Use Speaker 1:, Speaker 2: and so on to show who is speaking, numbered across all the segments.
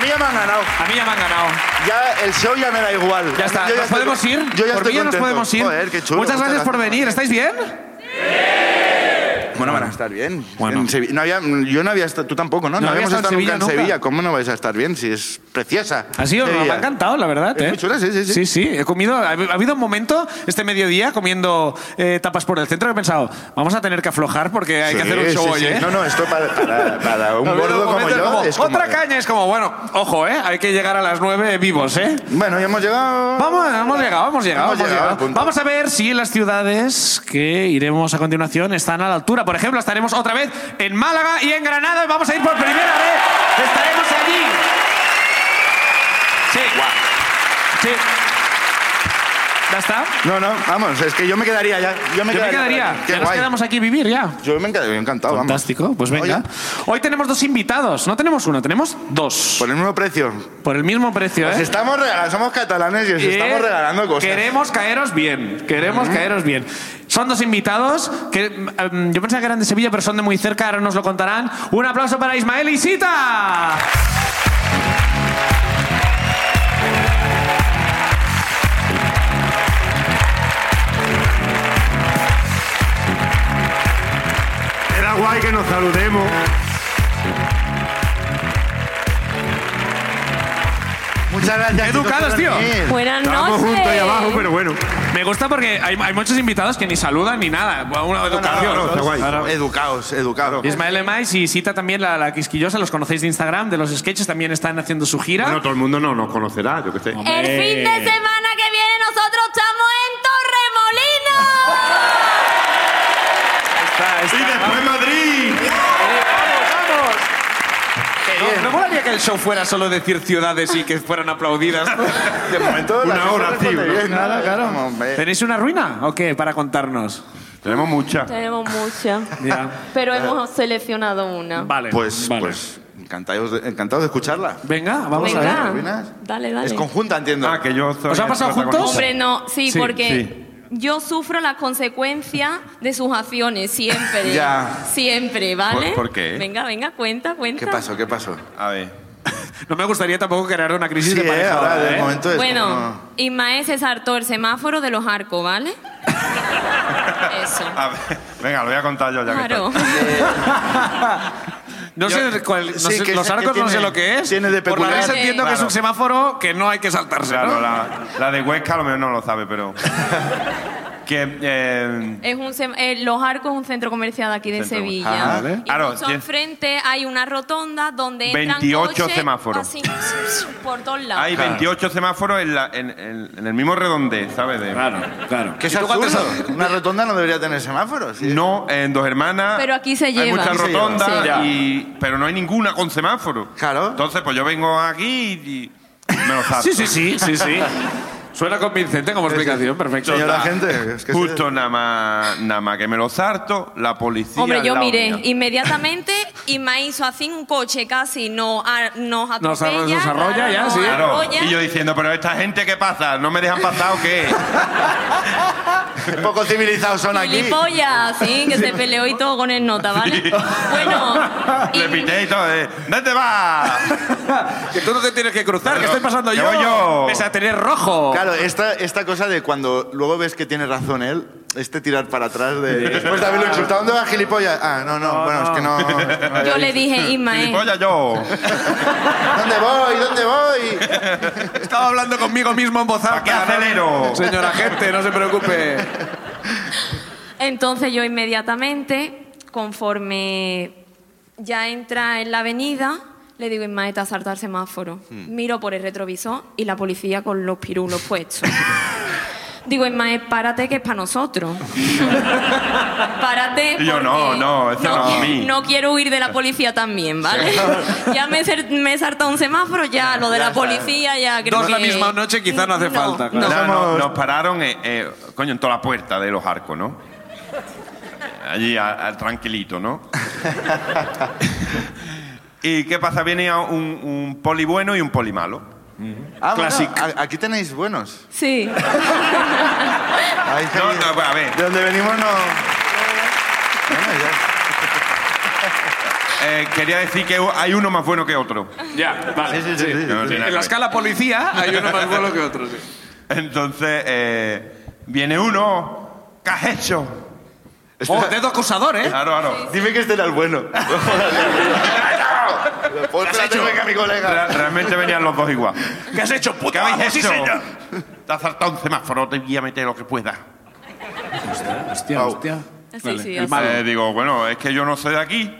Speaker 1: me han ganado.
Speaker 2: A mí ya me han ganado.
Speaker 1: Ya el show ya me da igual.
Speaker 2: Ya está.
Speaker 1: Yo
Speaker 2: ¿Nos
Speaker 1: estoy-
Speaker 2: podemos ir?
Speaker 1: Yo ya
Speaker 2: por
Speaker 1: estoy
Speaker 2: mí ya nos
Speaker 1: contento.
Speaker 2: podemos ir.
Speaker 1: Joder, qué chulo.
Speaker 2: Muchas gracias por venir. ¿Estáis bien?
Speaker 1: Bueno, van a estar bien.
Speaker 2: Bueno.
Speaker 1: En Sevi- no había, yo no había estado, tú tampoco, ¿no?
Speaker 2: No había
Speaker 1: habíamos
Speaker 2: estado
Speaker 1: estado
Speaker 2: en
Speaker 1: nunca en
Speaker 2: Sevilla nunca. ¿Ah,
Speaker 1: Sevilla. ¿Cómo no vais a estar bien si es preciosa?
Speaker 2: Ha sido, me
Speaker 1: Sevilla.
Speaker 2: ha encantado, la verdad.
Speaker 1: Es
Speaker 2: ¿eh?
Speaker 1: muy chula, sí, sí, sí.
Speaker 2: Sí, he comido. Ha ha habido un momento este mediodía comiendo eh, tapas por el centro que he pensado, vamos a tener que aflojar porque hay que
Speaker 1: Sí,
Speaker 2: hacer un show
Speaker 1: sí,
Speaker 2: hoy,
Speaker 1: sí.
Speaker 2: ¿eh?
Speaker 1: No, no, esto para, para- para un
Speaker 2: Ha habido
Speaker 1: gordo como
Speaker 2: momento
Speaker 1: yo es como
Speaker 2: Otra
Speaker 1: de-
Speaker 2: caña es como, bueno, ojo, ¿eh? Hay que llegar a las nueve vivos, ¿eh?
Speaker 1: Bueno, ya hemos llegado.
Speaker 2: Vamos, hemos llegado, hemos llegado.
Speaker 1: Hemos
Speaker 2: hemos
Speaker 1: llegado,
Speaker 2: llegado.
Speaker 1: punto.
Speaker 2: Vamos a ver si las ciudades que iremos a continuación están a la altura. Por ejemplo, estaremos otra vez en Málaga y en Granada y vamos a ir por primera vez. Estaremos allí. Sí. Sí. ¿Ya está?
Speaker 1: No, no, vamos, es que yo me quedaría ya. Yo me
Speaker 2: Yo
Speaker 1: quedaría.
Speaker 2: me quedaría.
Speaker 1: Qué
Speaker 2: Ya nos
Speaker 1: guay.
Speaker 2: quedamos aquí a vivir ya.
Speaker 1: Yo me quedaría encantado, vamos.
Speaker 2: Fantástico, pues venga.
Speaker 1: Oye, Pues
Speaker 2: Hoy tenemos dos invitados, no tenemos uno, tenemos dos.
Speaker 1: por el mismo precio.
Speaker 2: Por el mismo precio,
Speaker 1: Os
Speaker 2: ¿eh?
Speaker 1: estamos regalando, somos catalanes y os estamos
Speaker 2: Eh,
Speaker 1: regalando cosas.
Speaker 2: Queremos caeros bien, queremos caeros bien. Son dos invitados que mm, yo pensaba que eran de Sevilla, pero son de muy cerca, ahora nos lo contarán. Un aplauso para Ismael y Sita.
Speaker 3: Era guay que nos saludemos.
Speaker 1: Muchas gracias. chicos,
Speaker 2: Educados,
Speaker 1: por
Speaker 2: tío.
Speaker 1: venir.
Speaker 4: Buenas
Speaker 3: Estábamos
Speaker 4: noches.
Speaker 3: juntos ahí abajo, pero bueno.
Speaker 2: Me gusta porque hay, hay muchos invitados que ni saludan ni nada. Una educación.
Speaker 3: no, está guay.
Speaker 2: Claro.
Speaker 1: Educados, educados.
Speaker 2: Ismael Emais y Sita también, la, la quisquillosa, los conocéis de Instagram, de los sketches, también están haciendo su gira.
Speaker 3: Bueno, todo el mundo no nos conocerá, yo qué sé.
Speaker 2: Eh.
Speaker 4: El fin de semana que viene nosotros estamos en Torremolinos.
Speaker 2: Está- está-
Speaker 3: Madrid!
Speaker 2: ¿No, ¿No molaría que el show fuera solo decir ciudades y que fueran aplaudidas?
Speaker 1: De momento,
Speaker 3: Una
Speaker 1: la gente
Speaker 3: hora,
Speaker 1: responde
Speaker 3: tío, ¿no?
Speaker 1: bien,
Speaker 2: Claro,
Speaker 1: ¿no?
Speaker 2: claro.
Speaker 1: Como, hombre,
Speaker 2: ¿Tenéis una ruina o qué para contarnos?
Speaker 3: Tenemos mucha.
Speaker 4: Tenemos muchas.
Speaker 2: Ya.
Speaker 4: Pero hemos seleccionado una.
Speaker 2: Vale.
Speaker 1: Pues,
Speaker 2: vale.
Speaker 1: pues encantados de, encantados de escucharla.
Speaker 2: Venga, vamos a ver.
Speaker 4: Venga.
Speaker 1: ¿Ruinas?
Speaker 4: Dale, dale.
Speaker 1: Es conjunta, entiendo.
Speaker 3: Ah, que yo soy
Speaker 2: ¿Os ha
Speaker 3: el
Speaker 2: pasado
Speaker 3: protagonista.
Speaker 2: juntos?
Speaker 4: Hombre, no, sí,
Speaker 2: Sí,
Speaker 4: porque yo sufro las consecuencias de sus acciones siempre.
Speaker 1: Ya.
Speaker 4: Siempre, ¿vale?
Speaker 3: ¿Por- por qué?
Speaker 4: Venga, venga, cuenta, cuenta.
Speaker 1: ¿Qué pasó? ¿Qué pasó?
Speaker 3: A ver.
Speaker 2: No me gustaría tampoco crear una crisis
Speaker 1: Sí,
Speaker 2: de
Speaker 1: eh,
Speaker 2: pareja.
Speaker 1: ahora
Speaker 2: ahora,
Speaker 1: de
Speaker 2: ¿eh?
Speaker 1: momento es
Speaker 4: Bueno,
Speaker 1: como-
Speaker 4: Ismael se saltó el semáforo de los arcos, ¿vale? Eso.
Speaker 3: A ver. Venga, lo voy a contar yo ya que
Speaker 4: Claro.
Speaker 3: estoy.
Speaker 2: No
Speaker 1: Yo-
Speaker 2: sé, cuál- no
Speaker 1: sí,
Speaker 2: sé-
Speaker 1: que
Speaker 2: los
Speaker 1: sé que
Speaker 2: arcos no sé
Speaker 1: tiene-
Speaker 2: lo que es.
Speaker 1: tiene de
Speaker 2: Por la
Speaker 1: peculiar.
Speaker 2: vez entiendo que es
Speaker 3: Claro.
Speaker 2: un semáforo que no hay que saltarse.
Speaker 3: Claro,
Speaker 2: ¿no?
Speaker 3: la, la de Huesca a lo mejor no lo sabe, pero... que... eh,
Speaker 4: Es un sem- eh, los arcos es un centro comercial de aquí de
Speaker 3: Centro comercial.
Speaker 4: Sevilla.
Speaker 1: Ah, vale.
Speaker 4: Y
Speaker 3: Claro,
Speaker 4: justo
Speaker 3: sí.
Speaker 4: enfrente hay una rotonda donde entran
Speaker 3: 28
Speaker 4: coches
Speaker 3: semáforos.
Speaker 4: así, por todos lados.
Speaker 3: hay 28 semáforos en, la- en- en- en el mismo redondez, ¿sabes? De-
Speaker 2: claro, claro.
Speaker 1: ¿Qué es
Speaker 2: ¿Y tú cuántas-
Speaker 1: absurdo? Una rotonda no debería tener semáforos. sí.
Speaker 3: No, en Dos Hermanas.
Speaker 4: Pero aquí se
Speaker 3: Hay
Speaker 4: lleva.
Speaker 3: muchas
Speaker 1: Aquí se lleva.
Speaker 3: rotondas,
Speaker 1: Sí. Ya.
Speaker 3: y- pero no hay ninguna con semáforo.
Speaker 1: Claro.
Speaker 3: Entonces, pues yo vengo aquí y, y me lo salto.
Speaker 2: Sí, sí, sí, sí, sí. Suena convincente como explicación, perfecto.
Speaker 1: Señora gente, es que se-
Speaker 3: Justo nada más, nada más que me lo sarto, la policía.
Speaker 4: Hombre,
Speaker 3: al
Speaker 4: yo
Speaker 3: lado
Speaker 4: miré
Speaker 3: mío.
Speaker 4: inmediatamente y me hizo así un coche casi nos, a- nos atropella.
Speaker 2: Nos arro- nos arrolla
Speaker 4: claro,
Speaker 2: ya,
Speaker 4: nos
Speaker 2: sí.
Speaker 3: Claro.
Speaker 4: arrolla.
Speaker 3: Y yo diciendo, pero esta gente, ¿qué pasa? ¿No me dejan pasar o qué?
Speaker 1: Qué poco civilizados son aquí.
Speaker 4: Gilipollas, sí, que se peleó y todo con el nota, ¿vale? Bueno, y-
Speaker 3: Le pité y todo. eh, ¿Dónde vas?
Speaker 2: Que tú no te tienes que cruzar, que estoy pasando
Speaker 3: que
Speaker 2: yo.
Speaker 3: voy yo.
Speaker 2: Pese a tener rojo.
Speaker 1: Claro, esta, esta cosa de cuando luego ves que tiene razón él, este tirar para atrás de... Después de haberlo insultado, ¿dónde va gilipollas? Ah, no, no, bueno, es que no... no había
Speaker 4: yo le
Speaker 1: visto.
Speaker 4: dije, Ismael,
Speaker 3: Gilipollas yo.
Speaker 1: ¿Dónde voy? ¿Dónde voy?
Speaker 2: Estaba hablando conmigo mismo en voz
Speaker 3: ¿Para qué
Speaker 2: alta.
Speaker 3: acelero?
Speaker 2: Señora gente, no se preocupe.
Speaker 4: Entonces yo inmediatamente, conforme ya entra en la avenida, le digo, Inma, está a saltar semáforo.
Speaker 3: Mm.
Speaker 4: Miro por el retrovisor y la policía con los pirulos puestos. digo, Inma, eh, párate que es para nosotros. párate.
Speaker 3: Y yo, no,
Speaker 4: porque
Speaker 3: no, eso no, a
Speaker 4: qui-
Speaker 3: mí.
Speaker 4: no quiero huir de la policía también, ¿vale? ya me, he cer- me he saltado un semáforo, ya lo de la policía, ya creo
Speaker 2: Dos la
Speaker 4: que-
Speaker 2: misma noche quizá no hace falta, claro.
Speaker 4: no.
Speaker 3: No, no,
Speaker 1: somos-
Speaker 3: nos pararon, eh, eh, coño, en toda la puerta de los arcos, ¿no? Allí, a- a- tranquilito, ¿no? ¿Y qué pasa? Viene a un, un poli bueno y un poli malo.
Speaker 1: Ah, bueno,
Speaker 2: Clásico.
Speaker 1: a- aquí tenéis buenos.
Speaker 4: Sí.
Speaker 1: Ay,
Speaker 3: No, no, a ver.
Speaker 1: De donde venimos no... Bueno, ya.
Speaker 3: Eh, eh, quería decir que hay uno más bueno que otro.
Speaker 2: Ya, vale.
Speaker 1: Sí, sí, sí, sí, sí.
Speaker 3: No, no tiene nada
Speaker 2: En
Speaker 3: que
Speaker 2: la
Speaker 3: ver.
Speaker 2: escala policía hay uno más bueno que otro, sí.
Speaker 3: Entonces, eh, viene uno. ¿Qué has hecho?
Speaker 2: Oh, dedo acusador, ¿eh?
Speaker 3: Claro, claro.
Speaker 1: Dime que este era el bueno. Póntela venga, mi colega.
Speaker 3: Re- Realmente venían los dos igual.
Speaker 2: ¿Qué has hecho, puto?
Speaker 3: ¿Qué habéis
Speaker 2: Ah, Sí,
Speaker 3: hecho?
Speaker 2: señor.
Speaker 3: Te has saltado un semáforo, te voy a meter lo que pueda.
Speaker 2: Hostia, hostia.
Speaker 4: Sí,
Speaker 2: Vale,
Speaker 4: sí,
Speaker 2: el
Speaker 4: así.
Speaker 2: malo.
Speaker 3: Eh, digo, bueno, es que yo no soy de aquí.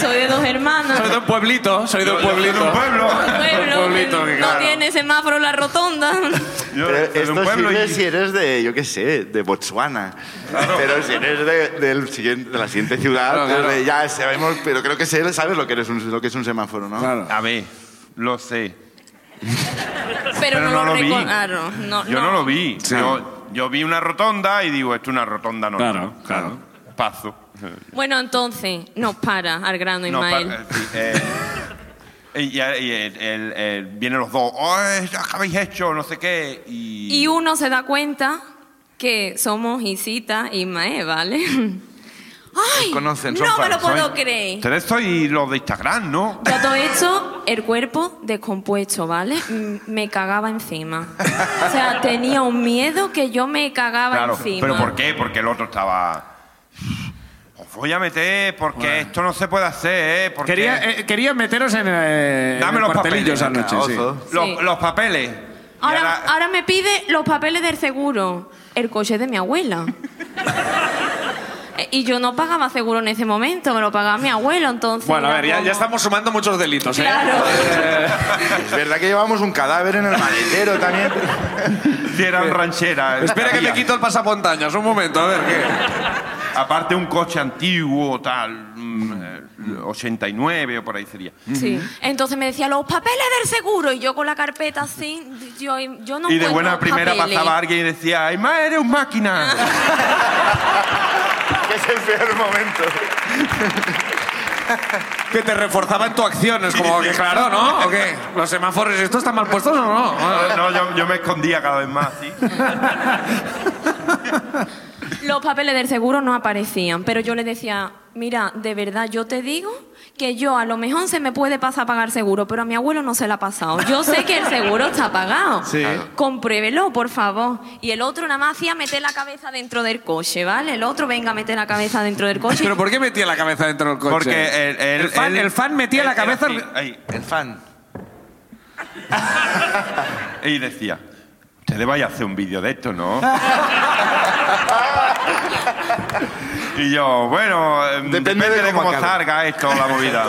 Speaker 4: Soy de dos hermanas.
Speaker 2: Soy de un pueblito, soy de un
Speaker 3: Yo- yo soy
Speaker 2: pueblito.
Speaker 3: de un pueblo.
Speaker 4: pueblo,
Speaker 2: pueblito,
Speaker 4: que
Speaker 2: que
Speaker 4: no
Speaker 2: claro.
Speaker 4: tiene semáforo en la rotonda.
Speaker 3: Yo
Speaker 1: Pero
Speaker 3: soy de un
Speaker 1: esto
Speaker 3: pueblo
Speaker 1: sirve
Speaker 3: y-
Speaker 1: si eres de, yo qué sé, de Botswana. Pero si eres de, del siguiente- de la siguiente ciudad,
Speaker 2: Claro, claro.
Speaker 1: pues, ya sabemos, pero creo que sé- sabes lo que, eres un, lo que es un semáforo, ¿no?
Speaker 2: Claro.
Speaker 3: A ver, lo sé.
Speaker 4: Pero,
Speaker 3: Pero
Speaker 4: no,
Speaker 3: no lo vi.
Speaker 4: reco- ah, no, no,
Speaker 3: Yo no lo vi.
Speaker 2: Sí.
Speaker 3: Yo, yo vi una rotonda y digo, esto es una rotonda normal.
Speaker 2: Claro, claro.
Speaker 3: Paso.
Speaker 4: Bueno, entonces, nos para al grano,
Speaker 3: No,
Speaker 4: Ismael.
Speaker 3: pa- eh, sí, eh, y ya- y el- el- el- vienen los dos. "Ay, ¿Qué habéis hecho? No sé qué. Y,
Speaker 4: Y uno se da cuenta que somos Isita y Mae, ¿vale? ¡Ay!
Speaker 1: conocen, son
Speaker 4: no me lo
Speaker 1: fans,
Speaker 4: puedo
Speaker 3: soy-
Speaker 4: creer.
Speaker 3: Ustedes sois los de Instagram, ¿no?
Speaker 4: Yo a todo esto, el cuerpo descompuesto, ¿vale? Mm, Me cagaba encima. O sea, tenía un miedo que yo me cagaba
Speaker 3: Claro.
Speaker 4: encima.
Speaker 3: ¿Pero por qué? Porque el otro estaba... Os voy a meter porque esto no se puede hacer, ¿eh? Porque
Speaker 2: Quería, eh, quería meteros en, eh, en
Speaker 3: Dame
Speaker 2: el
Speaker 3: los
Speaker 2: cuartelillos
Speaker 3: papeles,
Speaker 2: anoche, sí.
Speaker 1: Ojo.
Speaker 3: los,
Speaker 4: Sí.
Speaker 3: los papeles. Y
Speaker 4: Ahora,
Speaker 3: ahora-
Speaker 4: ahora me pide los papeles del seguro, el coche de mi abuela. Eh, y yo no pagaba seguro en ese momento, me lo pagaba mi abuelo, entonces.
Speaker 2: Bueno, a
Speaker 4: era
Speaker 2: ver, ya,
Speaker 4: como-
Speaker 2: ya estamos sumando muchos delitos, ¿eh?
Speaker 4: Claro.
Speaker 1: Es verdad que llevamos un cadáver en el maletero también.
Speaker 3: Si eran rancheras.
Speaker 2: Espera que
Speaker 3: había.
Speaker 2: me quito el pasamontañas, un momento, a ver qué.
Speaker 3: Aparte un coche antiguo, tal, mm, eh, 89 o por ahí sería.
Speaker 4: Sí. Entonces me decía los papeles del seguro y yo con la carpeta así, yo, yo no
Speaker 3: y de
Speaker 4: encuentro
Speaker 3: buena
Speaker 4: los
Speaker 3: primera
Speaker 4: papeles.
Speaker 3: pasaba alguien y decía, ¡Ay, ma, eres un máquina!
Speaker 1: que es el peor momento.
Speaker 2: Que te reforzaba en tu acción, es como que claro, ¿no? ¿O qué? ¿Los semáforos estos están mal puestos o no?
Speaker 3: No, no, yo, yo me escondía cada vez más, ¿sí?
Speaker 4: Los papeles del seguro no aparecían, pero yo le decía, mira, de verdad yo te digo que yo a lo mejor se me puede pasar a pagar seguro, pero a mi abuelo no se le ha pasado. Yo sé que el seguro está pagado.
Speaker 2: Sí.
Speaker 4: Compruébelo, por favor. Y el otro nada más hacía meter la cabeza dentro del coche, ¿vale? El otro venga a meter la cabeza dentro del coche.
Speaker 2: ¿Pero por qué metía la cabeza dentro del coche?
Speaker 3: Porque el, el-
Speaker 2: fan,
Speaker 3: el-
Speaker 2: el fan metía
Speaker 3: él
Speaker 2: la
Speaker 3: era
Speaker 2: cabeza...
Speaker 3: así, ahí,
Speaker 1: El fan.
Speaker 3: y decía, ustedes vais a hacer un vídeo de esto, ¿no? y yo, bueno, eh, depende, de, cómo,
Speaker 1: acabe.
Speaker 3: salga esto, la movida.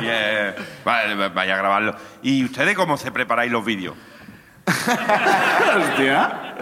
Speaker 3: Y, eh, vale, vaya a grabarlo. ¿Y ustedes cómo se preparáis los vídeos?
Speaker 2: Hostia.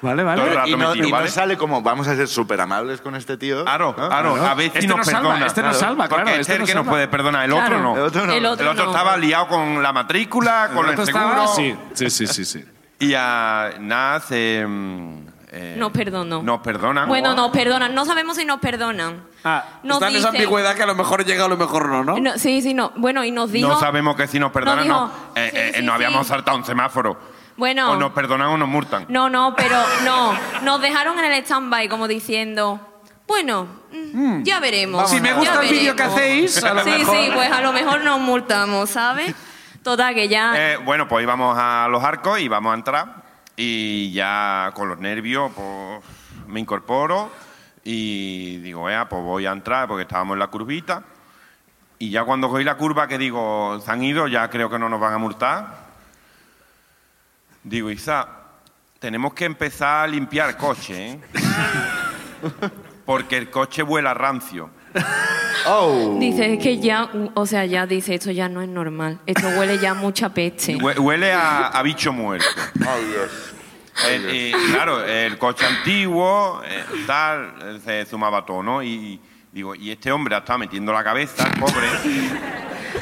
Speaker 2: Vale,
Speaker 3: Todo el
Speaker 2: vale.
Speaker 3: rato
Speaker 1: Y no,
Speaker 3: metido,
Speaker 1: y no
Speaker 3: ¿vale?
Speaker 1: sale como, vamos a ser súper amables con este tío.
Speaker 3: Aro,
Speaker 1: ¿no?
Speaker 3: aro, a ver si
Speaker 2: Ah, Este
Speaker 3: nos,
Speaker 2: nos salva,
Speaker 3: perdona.
Speaker 2: este nos salva,
Speaker 3: Porque
Speaker 2: claro,
Speaker 3: Este
Speaker 2: este
Speaker 3: es el
Speaker 2: nos
Speaker 3: que nos
Speaker 2: salva.
Speaker 3: puede perdonar, el otro
Speaker 4: Claro.
Speaker 3: no.
Speaker 1: El otro no.
Speaker 4: El otro
Speaker 3: El otro
Speaker 4: no.
Speaker 3: estaba liado con la matrícula, con el, seguro.
Speaker 2: estaba- Sí, sí, sí, sí. sí.
Speaker 3: Y a Naz. Eh, mm, eh,
Speaker 4: Nos perdonó.
Speaker 3: Nos perdonan.
Speaker 4: Bueno, nos perdonan. No sabemos si nos perdonan.
Speaker 2: Ah,
Speaker 4: Nos
Speaker 2: está en esa
Speaker 4: dicen-
Speaker 2: ambigüedad que a lo mejor llega, a lo mejor no, ¿no?
Speaker 4: No, sí, sí, no. Bueno, y nos dijo...
Speaker 3: no sabemos que si nos
Speaker 4: nos
Speaker 3: perdonan, no.
Speaker 4: dijo-
Speaker 3: Eh,
Speaker 4: Sí,
Speaker 3: eh,
Speaker 4: sí,
Speaker 3: no
Speaker 4: sí.
Speaker 3: habíamos saltado un semáforo.
Speaker 4: Bueno.
Speaker 3: O nos perdonan o nos multan.
Speaker 4: No, no, pero no. Nos dejaron en el stand-by como diciendo, bueno, mm, ya veremos.
Speaker 2: Si me
Speaker 4: ya
Speaker 2: gusta el vídeo
Speaker 4: veremos".
Speaker 2: que hacéis, a lo
Speaker 4: sí,
Speaker 2: mejor-
Speaker 4: sí, pues a lo mejor nos multamos, ¿sabes? Total, que ya...
Speaker 3: Eh, bueno, pues íbamos a los arcos y vamos a entrar. Y ya con los nervios, pues me incorporo y digo, "Ea, pues voy a entrar porque estábamos en la curvita. Y ya cuando cogí la curva que digo, se han ido, ya creo que no nos van a multar. Digo, Isa, tenemos que empezar a limpiar coche, ¿eh? Porque el coche vuela rancio.
Speaker 1: Oh.
Speaker 4: Dice, es que ya, o sea, ya dice, esto ya no es normal. Esto huele ya a mucha peste.
Speaker 3: Hue- Huele a, a bicho muerto.
Speaker 1: Oh, Dios.
Speaker 3: El- Eh, y, claro, el coche antiguo, eh, tal, eh, se sumaba todo, ¿no? Y digo, y este hombre ha estado metiendo la cabeza, el pobre,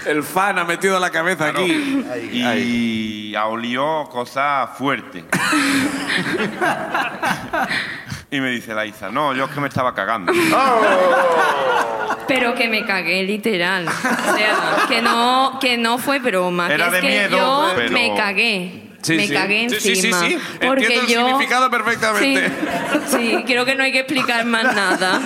Speaker 2: El fan ha metido la cabeza
Speaker 3: claro,
Speaker 2: aquí.
Speaker 3: y ha olido cosas fuertes. Y me dice la Isa, no, yo es que me estaba cagando.
Speaker 4: Pero que me cagué, literal. O sea, que no, que no fue broma. que
Speaker 3: Era
Speaker 4: es
Speaker 3: de
Speaker 4: que
Speaker 3: miedo,
Speaker 4: yo
Speaker 3: pero-
Speaker 4: me cagué.
Speaker 2: Sí,
Speaker 4: me
Speaker 2: sí.
Speaker 4: cagué
Speaker 2: Sí, sí,
Speaker 4: encima.
Speaker 2: sí, sí.
Speaker 4: Porque
Speaker 2: Entiendo el
Speaker 4: yo...
Speaker 2: significado perfectamente.
Speaker 4: Sí, sí, creo que no hay que explicar más nada.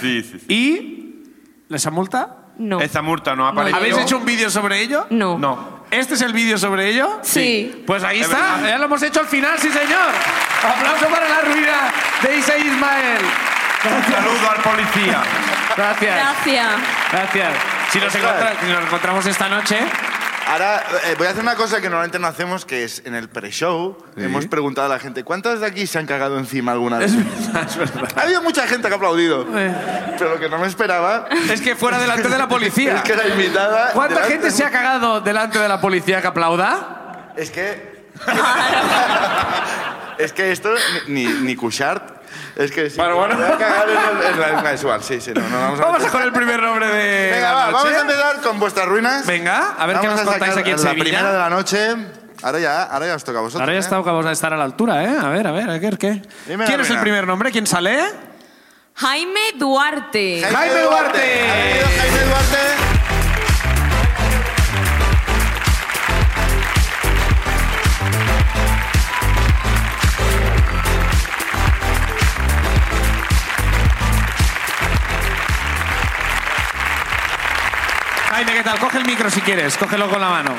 Speaker 3: Sí, sí, sí.
Speaker 2: Y ¿Esa multa?
Speaker 4: No.
Speaker 3: Esa multa no ha
Speaker 4: No,
Speaker 3: aparecido.
Speaker 2: ¿Habéis hecho un vídeo sobre ello?
Speaker 4: No.
Speaker 3: No.
Speaker 2: ¿Este es el vídeo sobre ello?
Speaker 4: Sí.
Speaker 2: Pues ahí
Speaker 3: Es
Speaker 2: está,
Speaker 3: verdad.
Speaker 2: ya lo hemos hecho al final, sí señor. Aplauso para la ruina de Isa Ismael.
Speaker 3: Un saludo al policía.
Speaker 2: Gracias.
Speaker 4: Gracias.
Speaker 2: Gracias. Si nos, encontra- si nos encontramos esta noche,
Speaker 1: Ahora eh, voy a hacer una cosa que normalmente no hacemos, que es en el pre-show hemos preguntado a la gente, ¿cuántos de aquí se han cagado encima alguna vez?
Speaker 2: es verdad, es verdad.
Speaker 1: Ha habido mucha gente que ha aplaudido,
Speaker 2: Eh,
Speaker 1: pero lo que no me esperaba
Speaker 2: Es que fuera delante de la policía.
Speaker 1: es que la invitada...
Speaker 2: ¿Cuánta
Speaker 1: delante-
Speaker 2: gente se ha cagado delante de la policía que aplauda?
Speaker 1: Es que... es que esto, ni, ni Cushart, es que... sí,
Speaker 2: Bueno, bueno.
Speaker 1: me voy a cagar en, el- en la misma visual, sí, sí, no, no, vamos a...
Speaker 2: Vamos a con el primer nombre de.
Speaker 1: Venga,
Speaker 2: la
Speaker 1: va,
Speaker 2: noche.
Speaker 1: vamos a empezar con vuestras ruinas.
Speaker 2: Venga, a ver qué
Speaker 1: Vamos
Speaker 2: nos
Speaker 1: a
Speaker 2: contáis
Speaker 1: sacar
Speaker 2: aquí en
Speaker 1: La primera de
Speaker 2: Sevilla.
Speaker 1: la noche. Ahora ya, ahora ya os toca a vosotros.
Speaker 2: Ahora ya
Speaker 1: ¿eh?
Speaker 2: está, vamos a estar a la altura, ¿eh? A ver, a ver, a ver, ¿qué?
Speaker 1: Dime la
Speaker 2: ¿Quién es el
Speaker 1: ruina.
Speaker 2: primer nombre? ¿Quién sale?
Speaker 4: Jaime Duarte.
Speaker 1: Jaime,
Speaker 2: Jaime
Speaker 1: Duarte.
Speaker 2: Duarte.
Speaker 1: Ha venido Jaime Duarte.
Speaker 2: Jaime, ¿qué tal? Coge el micro si quieres, cógelo con la mano.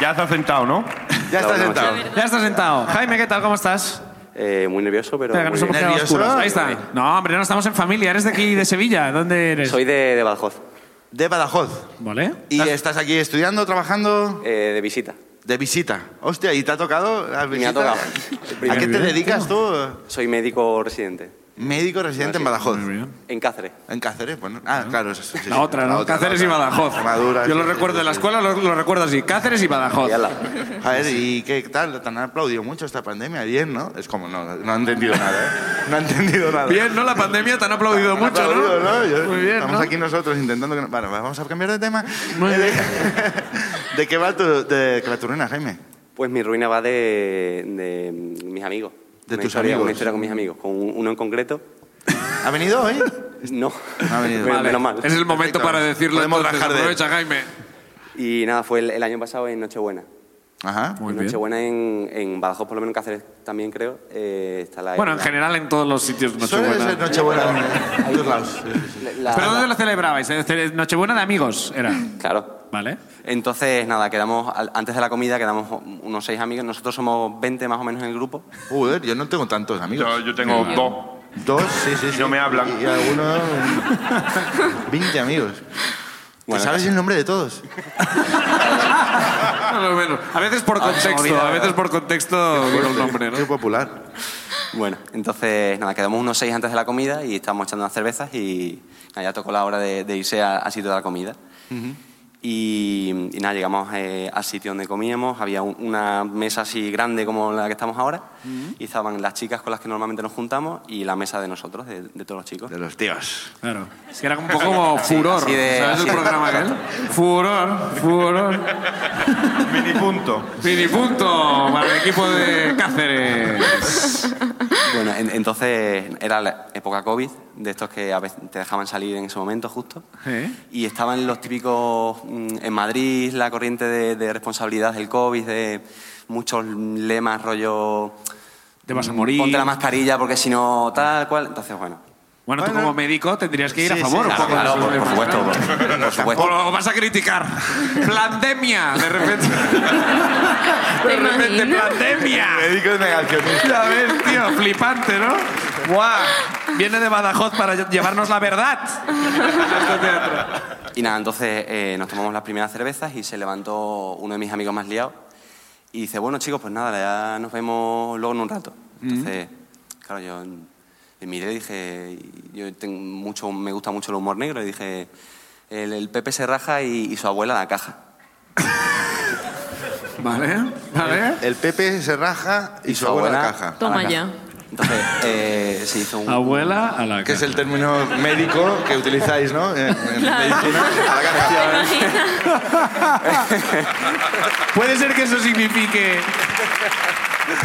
Speaker 3: Ya se ha sentado, ¿no?
Speaker 1: Ya está sentado.
Speaker 2: Ya estás sentado. Jaime, ¿qué tal? ¿Cómo estás?
Speaker 5: Eh, muy nervioso, pero.
Speaker 2: Espera, que
Speaker 5: muy
Speaker 2: nos hemos
Speaker 5: bien.
Speaker 2: quedado a
Speaker 1: ¿Nervioso?
Speaker 2: oscuras. Ahí está. No, hombre, no estamos en familia. Eres de aquí, de Sevilla. ¿Dónde eres?
Speaker 5: Soy de, de Badajoz,
Speaker 1: De Badajoz.
Speaker 2: ¿Vale?
Speaker 1: Y estás aquí estudiando, trabajando,
Speaker 5: eh, de visita.
Speaker 1: de visita. Hostia, ¿y te ha tocado la
Speaker 5: Me ha
Speaker 1: visita?
Speaker 5: tocado.
Speaker 1: ¿A qué te
Speaker 2: bien,
Speaker 1: dedicas tú?
Speaker 5: Soy médico residente
Speaker 1: Médico residente en Badajoz.
Speaker 2: Muy bien.
Speaker 5: en Cáceres.
Speaker 1: En Cáceres, bueno. Ah, claro. eso sí, sí.
Speaker 2: La otra, ¿no?
Speaker 1: otra,
Speaker 2: Cáceres
Speaker 1: la
Speaker 2: y
Speaker 1: otra.
Speaker 2: Badajoz.
Speaker 1: Madura,
Speaker 2: Yo lo
Speaker 1: sí, sí,
Speaker 2: recuerdo
Speaker 1: sí,
Speaker 2: de la
Speaker 1: sí.
Speaker 2: escuela, lo, lo recuerdo así. Cáceres y Badajoz.
Speaker 5: Y ala.
Speaker 1: A ver, ¿y qué tal? ¿Tan ha aplaudido mucho esta pandemia? Bien, ¿no? Es como, no, no ha entendido nada, ¿eh? No ha entendido nada.
Speaker 2: Bien, ¿no? La pandemia te han aplaudido
Speaker 1: Han
Speaker 2: mucho,
Speaker 1: aplaudido,
Speaker 2: ¿no?
Speaker 1: Yo-
Speaker 2: Muy bien,
Speaker 1: Estamos
Speaker 2: ¿no?
Speaker 1: aquí nosotros intentando que... no- Bueno, vamos a cambiar de tema.
Speaker 2: Muy
Speaker 1: Eh, de... ¿De qué va tu, de, qué va tu ruina, Jaime?
Speaker 5: Pues mi ruina va de, de mis amigos.
Speaker 1: De
Speaker 5: Una
Speaker 1: tus
Speaker 5: historia-
Speaker 1: amigos.
Speaker 5: Una historia con mis amigos, con un- uno en concreto.
Speaker 1: ¿Ha venido hoy?
Speaker 2: Este
Speaker 5: No,
Speaker 1: Ha venido.
Speaker 5: Pero
Speaker 1: Vale.
Speaker 5: menos mal.
Speaker 2: Es el momento
Speaker 1: Perfecto.
Speaker 2: para decirlo.
Speaker 1: Podemos
Speaker 2: entonces.
Speaker 1: rajar de él.
Speaker 2: Aprovecha, Jaime.
Speaker 5: Y nada, fue el, el año pasado en Nochebuena.
Speaker 1: Ajá.
Speaker 2: Muy
Speaker 5: en
Speaker 2: bien.
Speaker 5: Nochebuena en, en Badajoz, por lo menos en Cáceres también creo, eh, está la...
Speaker 2: Bueno, en
Speaker 5: la-
Speaker 2: general en todos los sitios
Speaker 1: Suele ser
Speaker 2: Nochebuena.
Speaker 1: Nochebuena en todos lados.
Speaker 5: la-
Speaker 2: ¿Pero dónde
Speaker 5: la-
Speaker 2: lo celebrabais? Eh, cele- Nochebuena de amigos era.
Speaker 5: Claro.
Speaker 2: ¿Vale?
Speaker 5: Entonces, nada, quedamos, al- antes de la comida quedamos unos seis amigos. Nosotros somos 20 más o menos en el grupo.
Speaker 1: Joder, yo no tengo tantos amigos.
Speaker 3: Yo, yo tengo dos.
Speaker 1: Dos, sí, sí, sí.
Speaker 3: No me hablan.
Speaker 1: Y, y algunos... 20 amigos. ¿Te
Speaker 5: Bueno,
Speaker 1: sabes el nombre de todos?
Speaker 2: Más o menos. A veces por contexto,
Speaker 5: olvidado.
Speaker 2: a veces por contexto digo el nombre, ¿no?
Speaker 1: Qué popular.
Speaker 5: Bueno, entonces, nada, quedamos unos seis antes de la comida y estábamos echando unas cervezas y nada, ya tocó la hora de, de irse a- al sitio de la comida. y, y nada, llegamos eh, al sitio donde comíamos, había un- una mesa así grande como la que estamos ahora y estaban las chicas con las que normalmente nos juntamos y la mesa de nosotros, de, de todos los chicos.
Speaker 1: De los tíos.
Speaker 2: Claro. Es que era un poco como furor.
Speaker 5: así de-
Speaker 2: ¿Sabes el
Speaker 5: así de-
Speaker 2: programa aquel? Furor, furor.
Speaker 3: Mini punto.
Speaker 2: Mini punto para el equipo de Cáceres.
Speaker 5: Bueno, en- entonces era la época COVID, de estos que a veces te dejaban salir en ese momento justo.
Speaker 2: ¿Eh?
Speaker 5: Y estaban los típicos, mm, en Madrid, la corriente de, de responsabilidad del COVID, de muchos lemas, rollo...
Speaker 2: Te vas a
Speaker 5: mm,
Speaker 2: morir.
Speaker 5: Ponte la mascarilla porque si no tal cual. Entonces, bueno.
Speaker 2: Bueno, tú
Speaker 1: Bueno.
Speaker 2: como médico tendrías que ir a
Speaker 1: Sí,
Speaker 2: favor
Speaker 1: sí,
Speaker 2: un
Speaker 5: Claro,
Speaker 2: poco de
Speaker 5: claro,
Speaker 2: eso,
Speaker 5: por, por
Speaker 2: ¿no?
Speaker 5: supuesto, por, por
Speaker 2: O
Speaker 5: supuesto.
Speaker 2: lo vas a criticar. ¡Plandemia! De repente. De repente,
Speaker 4: imaginas?
Speaker 2: ¡plandemia!
Speaker 1: Médico de negacionista.
Speaker 2: Ya ves, tío, flipante, ¿no? ¡Guau! Viene de Badajoz para llevarnos la verdad. Este teatro.
Speaker 5: Y nada, entonces eh, nos tomamos las primeras cervezas y se levantó uno de mis amigos más liados y dice, bueno chicos, pues nada, ya nos vemos luego en un rato. Entonces, claro, yo le miré y dije, yo tengo mucho, me gusta mucho el humor negro y dije, el, el Pepe se raja y, y su abuela la caja.
Speaker 2: Vale, vale.
Speaker 1: El Pepe se raja y, su abuela la caja.
Speaker 5: a
Speaker 4: Toma
Speaker 5: la
Speaker 4: ya.
Speaker 5: caja. Entonces eh, se hizo un...
Speaker 2: Abuela a la
Speaker 1: que es el término médico que utilizáis, ¿no? En, en medicina. A la carga.
Speaker 2: Puede ser que eso signifique.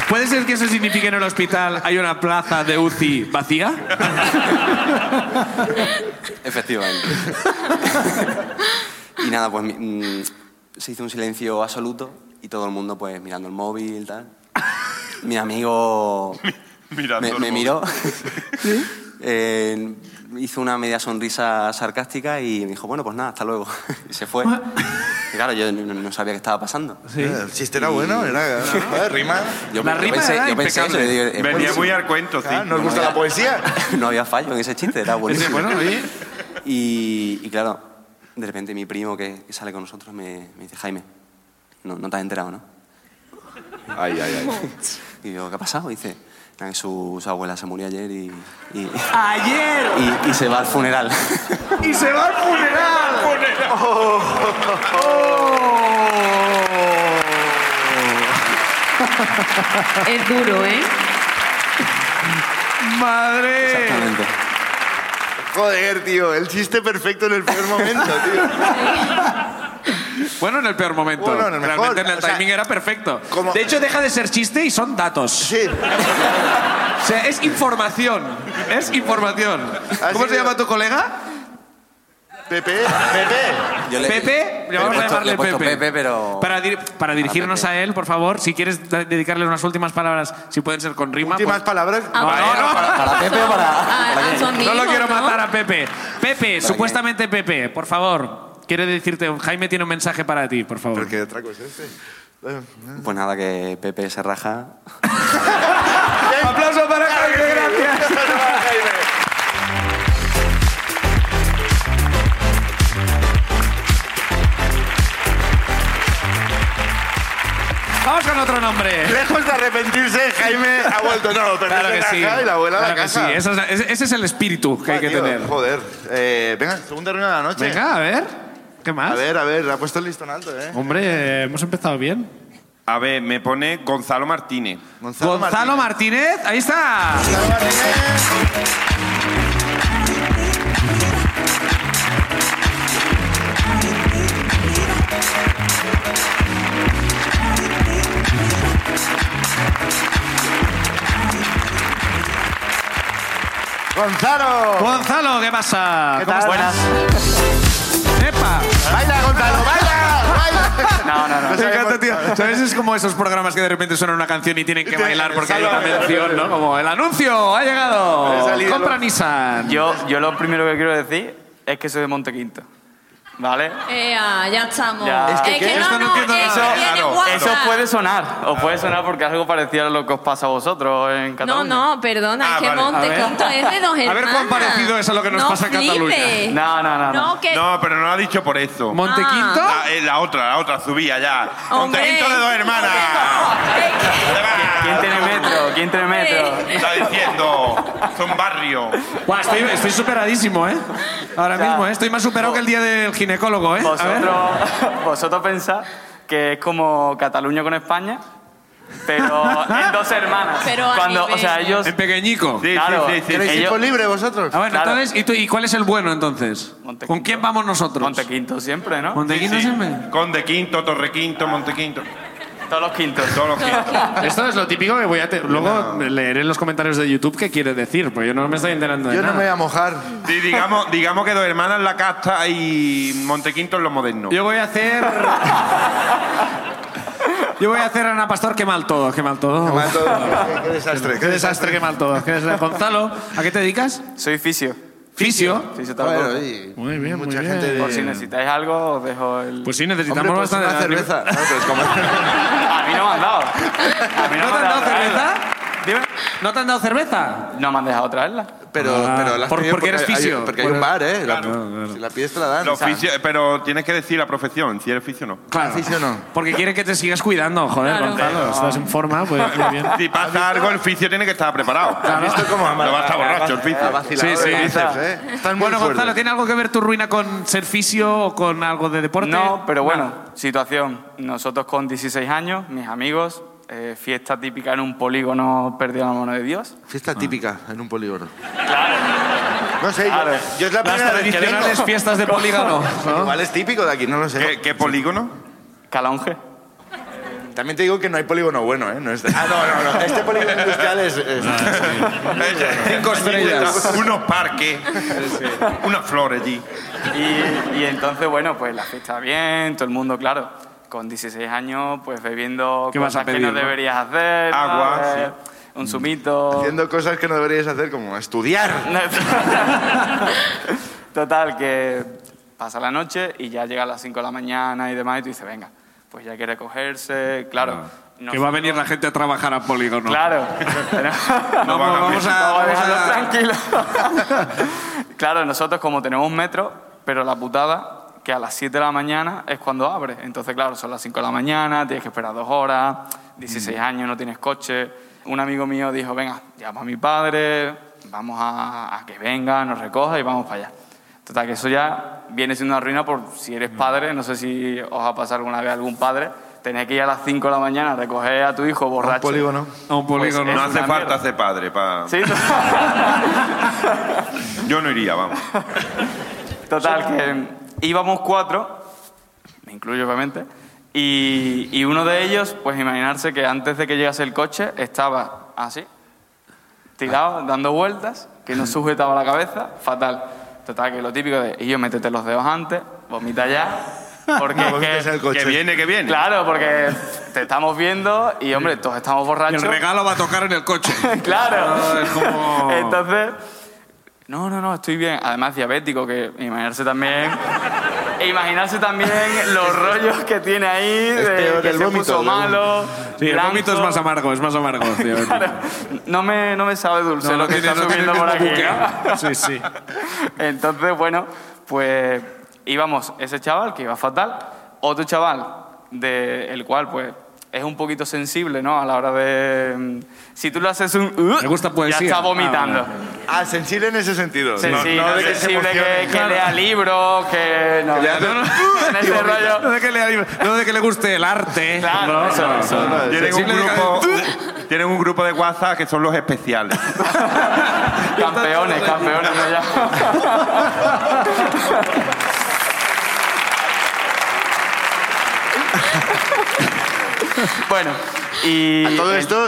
Speaker 2: Puede ser que eso signifique en el hospital hay una plaza de UCI vacía.
Speaker 5: Efectivamente. y nada, pues mi- mm, se hizo un silencio absoluto y todo el mundo pues mirando el móvil, tal. Mi amigo
Speaker 3: Mirando
Speaker 5: me,
Speaker 3: el
Speaker 5: me
Speaker 3: móvil.
Speaker 5: miró. Eh, hizo una media sonrisa sarcástica y me dijo, bueno, pues nada, hasta luego. y se fue. Y claro, yo no, no sabía qué estaba pasando.
Speaker 2: Sí.
Speaker 1: Eh, El chiste era bueno, era. joder, rima.
Speaker 5: Yo,
Speaker 2: La
Speaker 5: yo
Speaker 2: rima
Speaker 5: pensé,
Speaker 2: era
Speaker 5: yo pensé eso,
Speaker 2: impecable.
Speaker 5: yo digo, eh, bueno,
Speaker 3: Venía
Speaker 5: sí,
Speaker 3: muy al cuento, sí.
Speaker 1: Ah, ¿Nos gusta la poesía?
Speaker 5: no había fallo en ese chiste, era
Speaker 2: Ese,
Speaker 5: buenísimo.
Speaker 2: bueno, oye.
Speaker 5: Y, y claro, de repente mi primo que, que sale con nosotros me, me dice, Jaime, no, no te has enterado, ¿no?
Speaker 1: Ay, ay, ay.
Speaker 5: Y yo, ¿qué ha pasado? Y dice, "Nada, que su, su abuela se murió ayer y, y,
Speaker 2: Ayer. Eh.
Speaker 5: y- y se va al funeral.
Speaker 2: Y se va al funeral.
Speaker 4: Es duro, ¿eh?
Speaker 2: Madre.
Speaker 5: Exactamente.
Speaker 1: Joder, tío, el chiste perfecto en el primer momento, tío.
Speaker 2: Bueno, en el peor momento.
Speaker 1: Bueno, en el mejor.
Speaker 2: Realmente en el
Speaker 1: O sea,
Speaker 2: timing era perfecto.
Speaker 1: como-
Speaker 2: De hecho, deja de ser chiste y son datos.
Speaker 1: Sí.
Speaker 2: O sea, es información. Es información.
Speaker 1: Así
Speaker 2: ¿Cómo se
Speaker 1: que-
Speaker 2: llama tu colega?
Speaker 1: Pepe, Pepe.
Speaker 5: Yo le-
Speaker 2: Pepe.
Speaker 5: le he
Speaker 2: Vamos a
Speaker 5: puesto- le
Speaker 2: llamarle
Speaker 5: he puesto
Speaker 2: Pepe.
Speaker 5: Pepe, pero...
Speaker 2: Para, dir- para dirigirnos a,
Speaker 5: Pepe.
Speaker 2: él, por favor, si quieres da- dedicarle unas últimas palabras, si pueden ser con rima.
Speaker 1: Últimas
Speaker 2: pues-
Speaker 1: palabras.
Speaker 4: Ah,
Speaker 2: No,
Speaker 4: bueno.
Speaker 2: no, no.
Speaker 5: ¿Para, para Pepe o para...?
Speaker 4: Ah,
Speaker 5: para
Speaker 4: ah,
Speaker 5: quién?
Speaker 4: son
Speaker 2: No lo
Speaker 4: mismos,
Speaker 2: quiero
Speaker 4: ¿no?
Speaker 2: matar a Pepe. Pepe,
Speaker 5: qué?
Speaker 2: supuestamente Pepe, por favor. Quiere decirte, Jaime tiene un mensaje para ti, por favor.
Speaker 1: Porque traco es este.
Speaker 2: ah.
Speaker 5: Pues nada, que Pepe se raja.
Speaker 2: Aplauso para Jaime, gracias. Vamos con otro nombre.
Speaker 1: Lejos de arrepentirse, Jaime ha vuelto. No, pero
Speaker 2: Claro que sí.
Speaker 1: y la abuela a la
Speaker 2: Claro que
Speaker 1: casa.
Speaker 2: sí. Esa es la- ese, ese es el espíritu que hay
Speaker 1: Ah,
Speaker 2: que
Speaker 1: tío,
Speaker 2: tener.
Speaker 1: Joder. Eh, venga, segunda reunión de la noche.
Speaker 2: Venga, a ver. ¿Qué más?
Speaker 1: A ver, a ver, ha puesto el listón alto, ¿eh?
Speaker 2: Hombre, eh, hemos empezado bien.
Speaker 3: A ver, me pone Gonzalo Martínez.
Speaker 1: Gonzalo,
Speaker 2: Gonzalo Martínez. ahí está.
Speaker 1: Gonzalo Martínez. ¡Gonzalo!
Speaker 2: Gonzalo, ¿qué pasa?
Speaker 1: ¿Qué
Speaker 2: ¿Cómo
Speaker 1: tal?
Speaker 2: estás? ¡Epa!
Speaker 1: ¡Baila, Gonzalo! ¡Baila! ¡Baila!
Speaker 5: No, no,
Speaker 1: no.
Speaker 2: Me encanta, tío. ¿Sabes? Es como esos programas que de repente suenan una canción y tienen que bailar porque hay una mención, ¿no? Como el anuncio ha
Speaker 1: He
Speaker 2: llegado.
Speaker 1: salido
Speaker 2: Compra
Speaker 1: loco.
Speaker 2: Nissan.
Speaker 6: Yo, yo lo primero que quiero decir es que soy de Montequinto. ¿Vale?
Speaker 4: Ea, ya estamos.
Speaker 6: Ya.
Speaker 4: Es que,
Speaker 1: ¿qué?
Speaker 4: no,
Speaker 2: Esto no
Speaker 4: no,
Speaker 2: entiendo
Speaker 4: es
Speaker 2: nada. Ah,
Speaker 4: que viene
Speaker 3: Claro,
Speaker 4: guasa.
Speaker 6: Eso puede sonar, o puede sonar porque algo parecido a lo que os pasa a vosotros en
Speaker 4: No,
Speaker 6: Cataluña.
Speaker 4: no, perdona,
Speaker 3: Ah,
Speaker 4: es que
Speaker 3: vale.
Speaker 2: A ver.
Speaker 4: Montequinto es de dos
Speaker 2: A
Speaker 4: hermanas.
Speaker 2: ver cuán parecido es a lo que nos
Speaker 4: No
Speaker 2: pasa en Cataluña.
Speaker 4: flipes.
Speaker 6: No, no, no, no.
Speaker 4: No, que...
Speaker 3: No, pero no lo ha dicho por eso.
Speaker 2: ¿Montequinto?
Speaker 3: La, eh, la otra, la otra, subía ya.
Speaker 4: Hombre.
Speaker 3: Montequinto de dos hermanas. Te vas.
Speaker 6: ¿Quién tiene metro? ¿Quién tiene metro?
Speaker 3: Está diciendo, son barrio.
Speaker 2: Buah, estoy, estoy superadísimo, ¿eh? Ahora
Speaker 6: Ya.
Speaker 2: mismo, ¿eh? Estoy más superado que el día del ginecólogo, ¿eh? A ver.
Speaker 6: Vosotros, vosotros pensáis que es como Cataluña con España, pero en dos hermanas.
Speaker 4: Pero a
Speaker 6: Cuando, o
Speaker 4: nivel-
Speaker 6: sea, ellos...
Speaker 2: En pequeñico.
Speaker 3: Sí,
Speaker 6: Claro,
Speaker 3: sí, sí, sí.
Speaker 1: ¿Queréis ir
Speaker 6: Ellos-
Speaker 1: por libre vosotros?
Speaker 2: Ah, bueno,
Speaker 6: Claro.
Speaker 2: entonces, ¿y, tú- y cuál es el bueno entonces?
Speaker 6: Montequinto.
Speaker 2: ¿Con quién vamos nosotros?
Speaker 6: Montequinto siempre, ¿no?
Speaker 2: ¿Montequinto
Speaker 3: Sí, sí.
Speaker 2: siempre?
Speaker 3: Conde Quinto, Torre Quinto, Montequinto.
Speaker 6: Todos los quintos.
Speaker 3: Todos los quintos.
Speaker 2: Esto es lo típico que voy a... te- Luego leeré en los comentarios de YouTube qué quiere decir, porque yo no me estoy enterando de
Speaker 1: Yo no
Speaker 2: nada.
Speaker 1: me voy a mojar.
Speaker 3: Sí, digamos, digamos que dos hermanas en la casta y Montequinto en lo moderno.
Speaker 2: Yo voy a hacer... yo voy a hacer a Ana Pastor qué mal todo, qué mal todo.
Speaker 1: Qué mal todo. Qué desastre.
Speaker 2: Qué desastre, qué mal todo. Qué desastre. Gonzalo, ¿a qué te dedicas?
Speaker 6: Soy fisio.
Speaker 2: Fisio.
Speaker 6: fisioterapeuta.
Speaker 1: Bueno, y
Speaker 2: Muy bien, muy
Speaker 1: mucha
Speaker 2: bien.
Speaker 1: gente de-
Speaker 6: Por si necesitáis algo, os dejo el...
Speaker 2: Pues sí, necesitamos
Speaker 1: Hombre, pues
Speaker 2: bastante...
Speaker 1: una cerveza. No, pues como-
Speaker 6: A mí no me han dado. A mí
Speaker 2: ¿No te han dado cerveza?
Speaker 6: traerla. Dime.
Speaker 2: ¿No te han dado cerveza?
Speaker 6: No me han dejado traerla.
Speaker 1: Pero,
Speaker 2: Ah,
Speaker 1: pero la has
Speaker 2: por-
Speaker 1: pedido
Speaker 2: porque eres
Speaker 1: hay-
Speaker 2: fisio.
Speaker 1: porque hay un bar, ¿eh? La-
Speaker 3: Claro,
Speaker 1: Si la pides, te la dan.
Speaker 3: Los oficio- pero tienes que decir la profesión, si eres oficio o no.
Speaker 2: Claro.
Speaker 1: ¿Sí, sí o no?
Speaker 2: Porque quiere que te sigas cuidando, joder,
Speaker 4: Claro.
Speaker 2: Gonzalo. Estás en forma, pues muy bien.
Speaker 3: Si pasa algo, el oficio tiene que estar preparado.
Speaker 1: Esto es como
Speaker 3: No va a estar borracho el oficio.
Speaker 1: vacilado
Speaker 2: Sí,
Speaker 1: de
Speaker 2: sí.
Speaker 1: bíceps, ¿eh? Están muy
Speaker 2: Bueno, Gonzalo,
Speaker 1: fuertes.
Speaker 2: ¿tiene algo que ver tu ruina con ser fisio o con algo de deporte?
Speaker 6: No, pero bueno, situación. Nosotros con 16 años, mis amigos, eh, fiesta típica en un polígono perdido en la mano de Dios.
Speaker 1: Fiesta típica en un polígono. No sé, yo,
Speaker 6: Claro.
Speaker 1: yo es la
Speaker 2: Las
Speaker 1: primera vez que
Speaker 2: tradicionales
Speaker 1: vengo.
Speaker 2: fiestas de polígono. ¿no?
Speaker 1: Igual es típico de aquí, no lo
Speaker 3: ¿Qué,
Speaker 1: sé.
Speaker 3: qué polígono?
Speaker 6: Calonge.
Speaker 1: También te digo que no hay polígono bueno, ¿eh? No es Ah, no, no, no. Este polígono industrial es... es-
Speaker 2: Cinco estrellas.
Speaker 3: Unos parques, unas flores allí.
Speaker 6: Y, y entonces, bueno, pues la fiesta bien, todo el mundo, claro. Con 16 años, pues bebiendo
Speaker 2: ¿Qué vas a
Speaker 6: cosas que
Speaker 2: pedir,
Speaker 6: no
Speaker 2: no?
Speaker 6: deberías hacer.
Speaker 3: Agua,
Speaker 6: ¿sabes? un zumito.
Speaker 1: Haciendo cosas que no deberíais hacer, como estudiar.
Speaker 6: Total, que pasa la noche y ya llega a las 5 de la mañana y demás, y tú dices, venga, pues ya hay que recogerse, claro.
Speaker 2: Ah, Que va a venir la gente a trabajar a polígono.
Speaker 6: Claro. Pero-
Speaker 2: Vamos, vamos a-
Speaker 6: Vamos a
Speaker 2: vamos a-
Speaker 6: dejarlo tranquilo. claro, nosotros como tenemos un metro, pero la putada que a las 7 de la mañana es cuando abre. Entonces, claro, son las 5 de la mañana, tienes que esperar dos horas, 16 años, no tienes coche. Un amigo mío dijo, venga, llamo a mi padre, vamos a, a que venga, nos recoja y vamos para allá. Total, que eso ya viene siendo una ruina por si eres padre, no sé si os ha pasado alguna vez a algún padre, tener que ir a las 5 de la mañana a recoger a tu hijo borracho. Pues
Speaker 1: polígono.
Speaker 2: A un polígono.
Speaker 6: Es
Speaker 3: Pues, No
Speaker 6: una
Speaker 3: hace falta
Speaker 6: mierda.
Speaker 3: hacer padre. Pa...
Speaker 6: Sí,
Speaker 3: Yo no iría, vamos.
Speaker 6: Total, que íbamos cuatro, me incluyo obviamente, y, y uno de ellos, pues imaginarse que antes de que llegase el coche estaba así, tirado, dando vueltas, que no sujetaba la cabeza, fatal. Total, que lo típico de, y yo métete los dedos antes, vomita ya, porque
Speaker 1: Vamos a
Speaker 6: es
Speaker 1: hacer el
Speaker 6: que,
Speaker 1: coche.
Speaker 3: Que viene, que viene.
Speaker 6: claro, porque te estamos viendo y hombre, todos estamos
Speaker 2: Y
Speaker 6: borrachos.
Speaker 2: El regalo va a tocar en el coche.
Speaker 6: claro.
Speaker 2: Ah, es como-
Speaker 6: Entonces, no, no, no, estoy bien. Además, diabético, que imaginarse también. e imaginarse también los rollos que tiene ahí,
Speaker 1: Es
Speaker 6: de
Speaker 1: peor
Speaker 6: que
Speaker 1: el
Speaker 6: se
Speaker 1: vómito,
Speaker 6: puso
Speaker 1: el
Speaker 6: malo.
Speaker 2: Sí, el
Speaker 6: blanco.
Speaker 2: vómito es más amargo, es más amargo. tío.
Speaker 6: No me, no me sabe dulce
Speaker 2: No,
Speaker 6: lo
Speaker 2: no
Speaker 6: que
Speaker 2: tiene-
Speaker 6: está
Speaker 2: no tiene
Speaker 6: subiendo
Speaker 2: el
Speaker 6: por aquí.
Speaker 2: mismo
Speaker 6: ¿no?
Speaker 2: buque. Sí, sí.
Speaker 6: Entonces, bueno, pues íbamos ese chaval que iba fatal, otro chaval de el cual pues es un poquito sensible, ¿no? A la hora de mm, si tú le haces un uh,
Speaker 2: Me gusta
Speaker 6: ya
Speaker 2: poesía.
Speaker 6: está
Speaker 2: Ah,
Speaker 6: vomitando.
Speaker 2: vale.
Speaker 1: Ah, sensible en ese sentido.
Speaker 6: Sensible,
Speaker 1: no, no de que se
Speaker 6: sensible que,
Speaker 1: emocione.
Speaker 6: que lea libros, que no, en ese
Speaker 2: No
Speaker 6: rollo.
Speaker 2: de, que le, no de que le guste el arte.
Speaker 6: Claro,
Speaker 2: no,
Speaker 6: eso,
Speaker 2: no,
Speaker 6: eso.
Speaker 2: no, no.
Speaker 3: Tienen un,
Speaker 2: Sensible de
Speaker 3: grupo, un- tienen un grupo de WhatsApp que son los especiales.
Speaker 6: Campeones, campeones ¿no? ya. bueno, y
Speaker 1: A todo esto,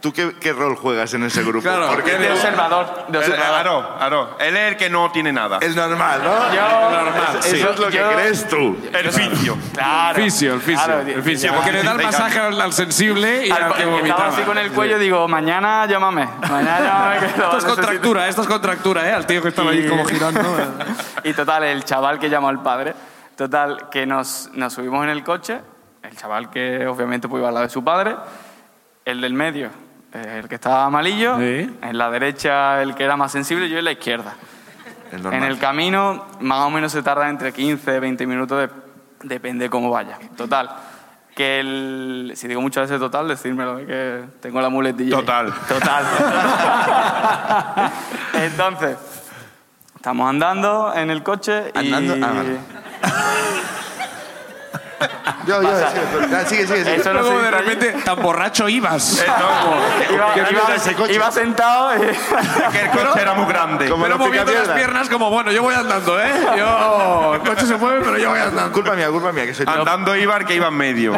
Speaker 1: ¿tú qué, qué rol juegas en ese grupo?
Speaker 2: Claro,
Speaker 1: Porque
Speaker 2: ¿qué
Speaker 6: de observador, de
Speaker 3: El- el-
Speaker 6: observador.
Speaker 3: Aro, Aro. eh, Él es el que no tiene nada.
Speaker 1: el normal, ¿no?
Speaker 6: Yo-
Speaker 2: Normal, sí.
Speaker 1: Eso es lo que
Speaker 6: eh, yo-
Speaker 1: crees tú.
Speaker 3: El vicio.
Speaker 6: Claro.
Speaker 2: El fisio, el fisio.
Speaker 6: Claro,
Speaker 2: el fisio.
Speaker 6: ya-
Speaker 2: Porque le da el
Speaker 3: Venga.
Speaker 2: masaje al, al sensible y
Speaker 6: Al-
Speaker 2: al que vomitaba.
Speaker 6: estaba así con el cuello, digo, mañana llámame. Mañana llámame que lo
Speaker 2: Esto es
Speaker 6: necesito".
Speaker 2: contractura, esto es contractura, ¿eh? Al tío que estaba ahí
Speaker 6: Y-
Speaker 2: como girando. eh.
Speaker 6: Y total, el chaval que llamó al padre, total, que nos, nos subimos en el coche, el chaval que obviamente pues, iba al lado de su padre, el del medio, eh, el que estaba malillo,
Speaker 2: Sí.
Speaker 6: en la derecha el que era más sensible, yo en la izquierda.
Speaker 1: El
Speaker 6: En el camino, más o menos se tarda entre 15 20 minutos, de- depende cómo vaya. Total. Que el. Si digo muchas veces total, decírmelo, eh, que tengo la muletilla. ahí.
Speaker 3: Total.
Speaker 6: Total. Entonces, estamos andando en el coche y.
Speaker 5: Andando, ah, vale.
Speaker 1: Yo, yo, sigue, Ah, sigue, sigue. sigue.
Speaker 6: Eso no
Speaker 2: Luego
Speaker 6: se
Speaker 2: de
Speaker 6: dice allí.
Speaker 2: repente, tan borracho ibas.
Speaker 3: Eh, no,
Speaker 6: Iba,
Speaker 1: ¿Qué
Speaker 6: iba-
Speaker 1: mierda ese coche?
Speaker 6: iba sentado y.
Speaker 3: que el coche era muy grande.
Speaker 1: Como
Speaker 2: Pero
Speaker 1: los
Speaker 2: moviendo las
Speaker 1: picamierda.
Speaker 2: piernas como, bueno, yo voy andando, ¿eh? Yo, el coche se mueve, pero yo voy andando.
Speaker 1: Culpa mía, culpa mía, que soy yo.
Speaker 3: Andando Ibar que iba en medio.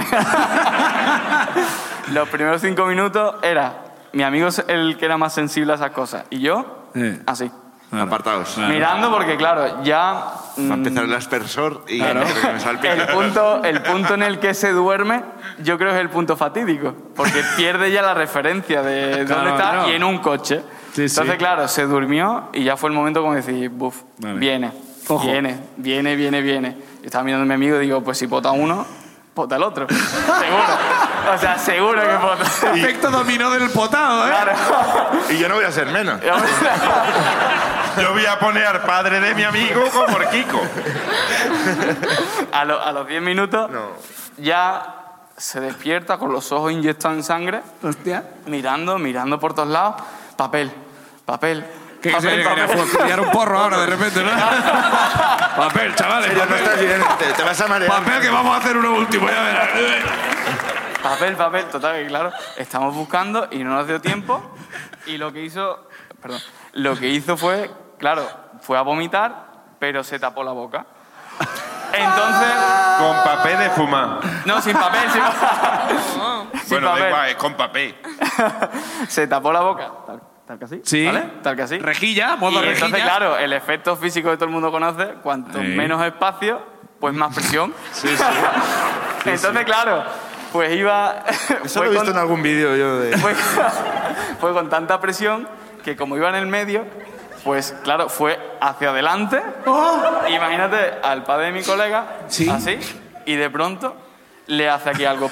Speaker 6: Los primeros cinco minutos era. Mi amigo es el que era más sensible a esas cosas. Y yo,
Speaker 2: Sí.
Speaker 6: así.
Speaker 1: Apartados.
Speaker 6: Mirando porque, claro, ya...
Speaker 1: Va a
Speaker 6: mm,
Speaker 1: empezar el aspersor y
Speaker 6: Claro.
Speaker 1: que me salpica.
Speaker 6: el, punto, el punto en el que se duerme, yo creo que es el punto fatídico, porque pierde ya la referencia de
Speaker 2: Claro,
Speaker 6: dónde está
Speaker 2: claro.
Speaker 6: y en un coche.
Speaker 2: Sí,
Speaker 6: Entonces,
Speaker 2: sí.
Speaker 6: claro, se durmió y ya fue el momento como decir, buf,
Speaker 2: Vale.
Speaker 6: viene,
Speaker 2: Ojo.
Speaker 6: viene, viene, viene, viene. Yo estaba mirando a mi amigo y digo, pues si pota uno, pota el otro. seguro. O sea, seguro que pota.
Speaker 2: Efecto dominó del potado, ¿eh?
Speaker 6: Claro.
Speaker 1: Y yo no voy a ser menos.
Speaker 3: Yo voy a poner al padre de mi amigo como el Kiko.
Speaker 6: A, lo- a los 10 minutos ya se despierta con los ojos inyectados en sangre,
Speaker 2: Hostia.
Speaker 6: mirando, mirando por todos lados, papel, papel.
Speaker 2: ¿Qué que se
Speaker 6: papel,
Speaker 2: le quería
Speaker 6: papel.
Speaker 2: fu- pillar un porro ahora de repente, ¿no? papel, chavales,
Speaker 1: Ya no
Speaker 2: papel.
Speaker 1: estás bien, te, te vas a marear.
Speaker 2: Papel que vamos a hacer uno último, ya verás.
Speaker 6: papel, papel, total, que claro, estamos buscando y no nos dio tiempo. Y lo que hizo, perdón, lo que hizo fue, claro, fue a vomitar, pero se tapó la boca. Entonces,
Speaker 3: Con papel de fumar.
Speaker 6: no, sin papel, sin, sin
Speaker 3: bueno, da
Speaker 6: papel.
Speaker 3: igual, es con papel.
Speaker 6: Se tapó la boca, tal, tal que así,
Speaker 2: Sí.
Speaker 6: ¿vale? Tal que así.
Speaker 2: Rejilla,
Speaker 6: Y
Speaker 2: modo rejilla.
Speaker 6: entonces, claro, el efecto físico que todo el mundo conoce, cuanto
Speaker 2: Sí.
Speaker 6: menos espacio, pues más presión. entonces, claro, Pues iba.
Speaker 1: Eso lo
Speaker 6: fue
Speaker 1: he visto
Speaker 6: con-
Speaker 1: en algún vídeo yo de...
Speaker 6: fue, fue con tanta presión que como iba en el medio, pues claro, fue hacia adelante.
Speaker 1: ¡Ah!
Speaker 6: Imagínate al padre de mi colega,
Speaker 2: Sí.
Speaker 6: así, y de pronto le hace aquí algo.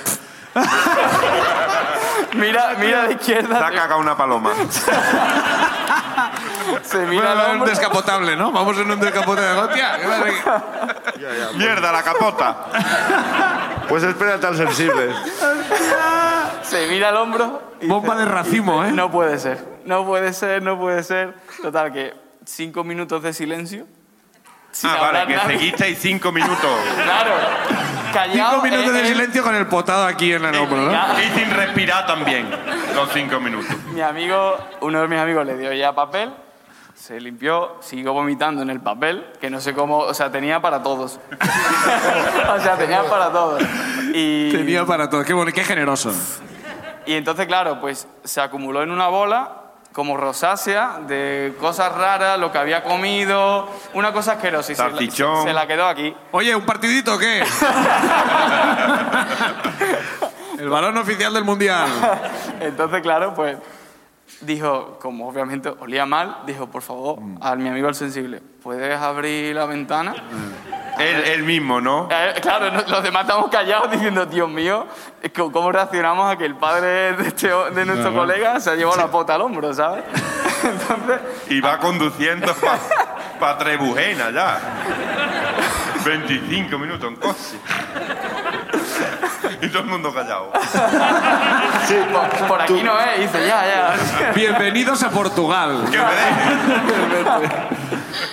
Speaker 6: mira, mira a la
Speaker 3: Te ha
Speaker 6: izquierda,
Speaker 3: cagado una paloma.
Speaker 6: se mira al
Speaker 2: Bueno, un
Speaker 6: hombro.
Speaker 2: descapotable, ¿no? Vamos en un descapotable de Gotia. Qué madre que-
Speaker 3: Mierda, la capota.
Speaker 1: Pues espera tan sensible.
Speaker 6: Se mira al hombro. y
Speaker 2: Bomba
Speaker 6: dice,
Speaker 2: de racimo, ¿eh?
Speaker 6: No puede ser, no puede ser, no puede ser. Total, que cinco minutos de silencio. sin
Speaker 3: Ah, vale,
Speaker 6: hablar
Speaker 3: que
Speaker 6: nada.
Speaker 3: seguisteis cinco minutos.
Speaker 6: Claro, callado.
Speaker 2: Cinco minutos
Speaker 6: eh,
Speaker 2: de
Speaker 6: eh,
Speaker 2: silencio con el potado aquí en el hombro, ¿no?
Speaker 6: ya,
Speaker 3: Y sin respirar también. Los cinco minutos.
Speaker 6: Mi amigo, uno de mis amigos le dio ya papel, se limpió, siguió vomitando en el papel, que no sé cómo, o sea, tenía para todos. o sea, tenía para todos. Y,
Speaker 2: Tenía para todo. Qué, bueno, qué generoso.
Speaker 6: y entonces, claro, pues se acumuló en una bola como rosácea de cosas raras, lo que había comido, una cosa asquerosa. Y se la-
Speaker 3: Salchichón.
Speaker 6: se la quedó aquí.
Speaker 2: Oye, ¿un partidito o qué? el balón oficial del Mundial.
Speaker 6: Entonces, claro, pues dijo, como obviamente olía mal, dijo, por favor, a mi amigo el sensible, ¿puedes abrir la ventana?
Speaker 3: Él, él mismo, ¿no?
Speaker 6: Eh, claro, no- los demás estamos callados diciendo, Dios mío, ¿cómo cómo reaccionamos a que el padre de, este o- de nuestro colega se ha llevado la pota al hombro, ¿sabes? Entonces,
Speaker 3: Y va conduciendo para pa Trebujena ya. 25 minutos en coche. Y todo el mundo callado.
Speaker 6: por, por aquí no es, dice, ya, ya.
Speaker 2: Bienvenidos a Portugal.
Speaker 3: ¿Qué me dices?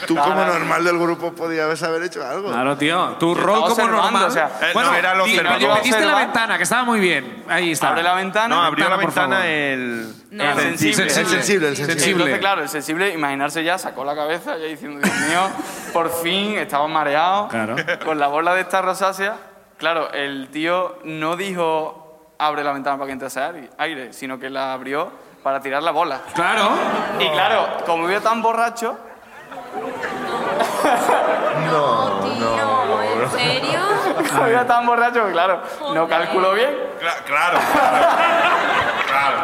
Speaker 1: Tú como normal del grupo podías haber hecho algo.
Speaker 2: Claro, tío. Tu rol como
Speaker 6: observando,
Speaker 2: normal.
Speaker 6: o sea,
Speaker 3: Eh, no, era el
Speaker 2: di-
Speaker 3: observador.
Speaker 2: di- metiste la
Speaker 6: Observa.
Speaker 2: ventana, que estaba muy bien. Ahí está.
Speaker 6: Abre la ventana.
Speaker 3: No, abrió la
Speaker 2: Ventana, por favor.
Speaker 3: ventana el...
Speaker 4: No.
Speaker 6: El
Speaker 2: Sí,
Speaker 6: sensible.
Speaker 1: El sensible, el sensible.
Speaker 6: Entonces, claro, el sensible, imaginarse ya, sacó la cabeza ya diciendo, Dios mío, por fin, estaba mareado.
Speaker 2: Claro.
Speaker 6: Con la bola de esta rosácea. Claro, el tío no dijo, abre la ventana para que entrase aire- aire, sino que la abrió para tirar la bola.
Speaker 2: Claro.
Speaker 6: Y claro, como iba tan borracho,
Speaker 4: Tío, ¿en serio?
Speaker 6: como iba tan borracho, que claro, no
Speaker 4: Joder.
Speaker 6: calculó bien.
Speaker 3: Cla- claro, claro.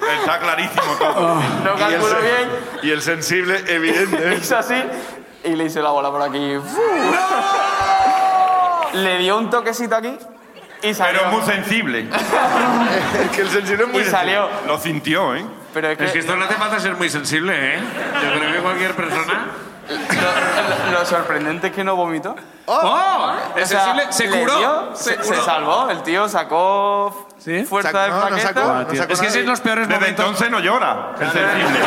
Speaker 3: Claro. Está clarísimo
Speaker 2: Oh.
Speaker 3: todo.
Speaker 6: No calculó bien,
Speaker 1: Y el sensible, evidente.
Speaker 6: hizo así y le hizo la bola por aquí. Le dio un toquecito aquí y salió.
Speaker 3: Pero es muy sensible.
Speaker 1: es que el sensible es muy
Speaker 6: y salió.
Speaker 3: Lo sintió, ¿eh?
Speaker 6: Pero es que,
Speaker 2: Es que esto no hace falta ser muy sensible, ¿eh? Yo creo que cualquier persona.
Speaker 6: lo, lo- lo sorprendente es que no vomitó.
Speaker 2: ¡Oh!
Speaker 6: O
Speaker 2: Es
Speaker 6: sea,
Speaker 2: sensible. Se
Speaker 6: le
Speaker 2: curó.
Speaker 6: dio, se, se salvó. El tío sacó
Speaker 2: ¿Sí?
Speaker 6: fuerza
Speaker 1: Sac-
Speaker 6: de
Speaker 1: no, no
Speaker 6: plaqueta.
Speaker 1: sacó.
Speaker 2: Ah, tío.
Speaker 1: No sacó
Speaker 2: Es que
Speaker 1: nada.
Speaker 2: si es los peores
Speaker 3: Desde
Speaker 2: momentos.
Speaker 3: entonces no llora. Es sensible.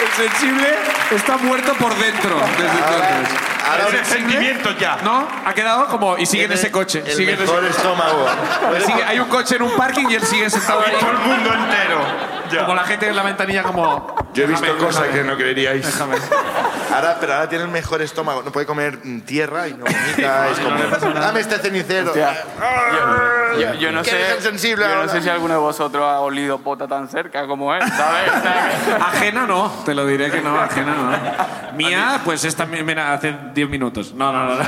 Speaker 2: El sensible está muerto por dentro desde entonces.
Speaker 3: Ahora
Speaker 2: ¿El
Speaker 3: es
Speaker 2: sensible?
Speaker 3: sentimiento ya.
Speaker 2: ¿No? Ha quedado como. Y sigue en
Speaker 1: Tiene
Speaker 2: ese coche.
Speaker 1: El
Speaker 2: sigue en ese-
Speaker 1: mejor estómago.
Speaker 2: sigue- hay un coche en un parking y él sigue sentado ahí.
Speaker 3: Todo el mundo entero. Ya.
Speaker 2: Como la gente en la ventanilla, como.
Speaker 1: Yo he visto
Speaker 2: "Déjame,
Speaker 1: cosas
Speaker 2: déjame,
Speaker 1: que no creeríais.
Speaker 2: déjame".
Speaker 1: Ahora, pero ahora tiene el mejor estómago. No puede comer mm, tierra y no vomita. es como, dame este cenicero.
Speaker 6: Yo- Yo, yo no
Speaker 1: ¿Qué
Speaker 6: sé.
Speaker 1: eres sensible
Speaker 6: yo no
Speaker 1: ahora?
Speaker 6: sé si alguno de vosotros ha olido pota tan cerca como él, ¿sabes? O sea,
Speaker 2: Ajena no, te lo diré que no, ajena no. Mía, pues es también, mira, hace 10 minutos. No, no, no. no.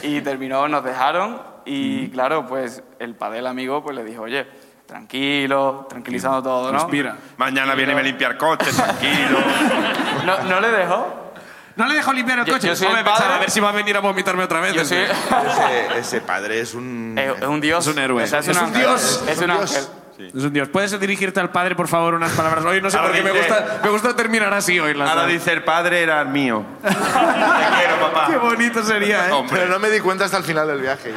Speaker 6: que- y terminó, nos dejaron. Y
Speaker 2: Mm.
Speaker 6: claro, pues el padel amigo pues le dijo, oye, tranquilo, tranquilizando todo, ¿no?
Speaker 2: Mm. Respira.
Speaker 3: Mañana viene a limpiar coches, tranquilo.
Speaker 6: No, no le dejó.
Speaker 2: No le dejo limpiar el
Speaker 6: Yo-
Speaker 2: coche.
Speaker 6: yo soy
Speaker 2: Hombre,
Speaker 6: el padre.
Speaker 2: pensaba, a ver si va a venir a vomitarme otra vez.
Speaker 6: Yo soy- es,
Speaker 1: Ese, ese padre es un...
Speaker 6: es un dios.
Speaker 2: Mm. Es un héroe.
Speaker 6: O sea, es,
Speaker 2: Es un
Speaker 6: ángel.
Speaker 2: dios.
Speaker 6: Es un ángel.
Speaker 2: Es un dios. ¿Puedes dirigirte al padre, por favor, unas palabras? Hoy no sé
Speaker 3: Ahora
Speaker 2: por qué me
Speaker 3: dice-
Speaker 2: gusta, me gusta terminar así hoy. las
Speaker 3: Ahora
Speaker 2: dos.
Speaker 3: dice el padre era el mío. Te quiero,
Speaker 2: Qué
Speaker 3: papá.
Speaker 2: bonito sería, ¿eh?
Speaker 1: Pero
Speaker 3: Hombre,
Speaker 1: no me di cuenta hasta el final del viaje.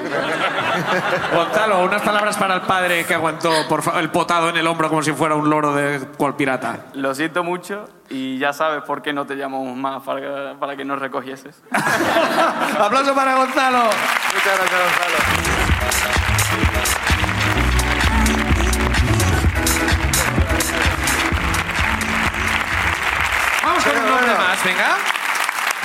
Speaker 2: Gonzalo, unas palabras para el padre que aguantó por fa- el potado en el hombro como si fuera un loro de cual pirata.
Speaker 6: Lo siento mucho y ya sabes por qué no te llamamos más para, para que nos recogieses.
Speaker 2: ¡Aplauso para Gonzalo!
Speaker 1: Muchas gracias, Gonzalo.
Speaker 2: Vamos con un
Speaker 1: Pero
Speaker 2: nombre
Speaker 1: bueno.
Speaker 2: más, venga.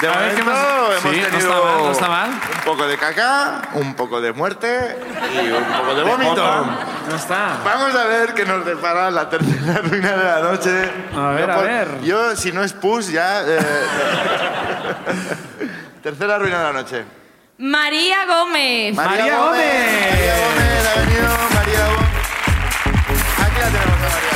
Speaker 1: De
Speaker 2: A ver, ¿qué
Speaker 1: momento
Speaker 2: más?
Speaker 1: hemos
Speaker 2: Sí, no
Speaker 1: tenido
Speaker 2: está mal, no está mal.
Speaker 1: un poco de caca, un poco de muerte y un poco de vómito.
Speaker 3: jota.
Speaker 2: No está.
Speaker 1: Vamos a ver qué nos depara la tercera ruina de la noche.
Speaker 2: A ver,
Speaker 1: Yo
Speaker 2: a
Speaker 1: por-
Speaker 2: ver.
Speaker 1: Yo, si no es push, ya... eh, Tercera ruina de la noche.
Speaker 4: María Gómez.
Speaker 2: María Gómez.
Speaker 1: María Gómez, ha venido María Gómez. Aquí la tenemos a María.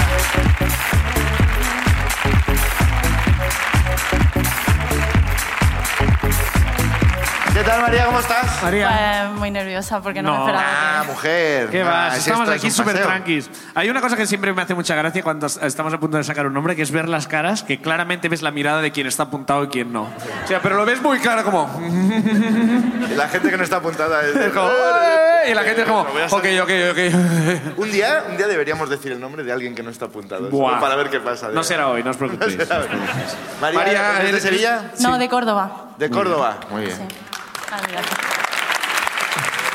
Speaker 1: ¿Qué tal, María? ¿Cómo estás?
Speaker 2: María.
Speaker 7: Pues muy nerviosa porque no,
Speaker 2: No.
Speaker 7: me
Speaker 1: Ah,
Speaker 7: esperaba. que-
Speaker 1: mujer.
Speaker 2: ¿Qué
Speaker 1: Ah,
Speaker 2: vas?
Speaker 1: es
Speaker 2: estamos
Speaker 1: esto, es
Speaker 2: aquí
Speaker 1: un
Speaker 2: súper
Speaker 1: paseo.
Speaker 2: tranquis. Hay una cosa que siempre me hace mucha gracia cuando es- estamos a punto de sacar un nombre, que es ver las caras, que claramente ves la mirada de quién está apuntado y quién no. O sea, pero lo ves muy claro como...
Speaker 1: Y La gente que no está apuntada es...
Speaker 2: como, y la gente es como... Ok, ok, ok.
Speaker 1: Un día, un día deberíamos decir el nombre de alguien que no está apuntado. solo
Speaker 2: Buah.
Speaker 1: Para ver qué pasa.
Speaker 2: No será hoy, no os preocupéis.
Speaker 1: María,
Speaker 2: María,
Speaker 1: ¿eres de
Speaker 2: eres-
Speaker 1: Sevilla?
Speaker 7: No, de Córdoba.
Speaker 1: De Córdoba. Muy
Speaker 7: Sí. Ah, mira.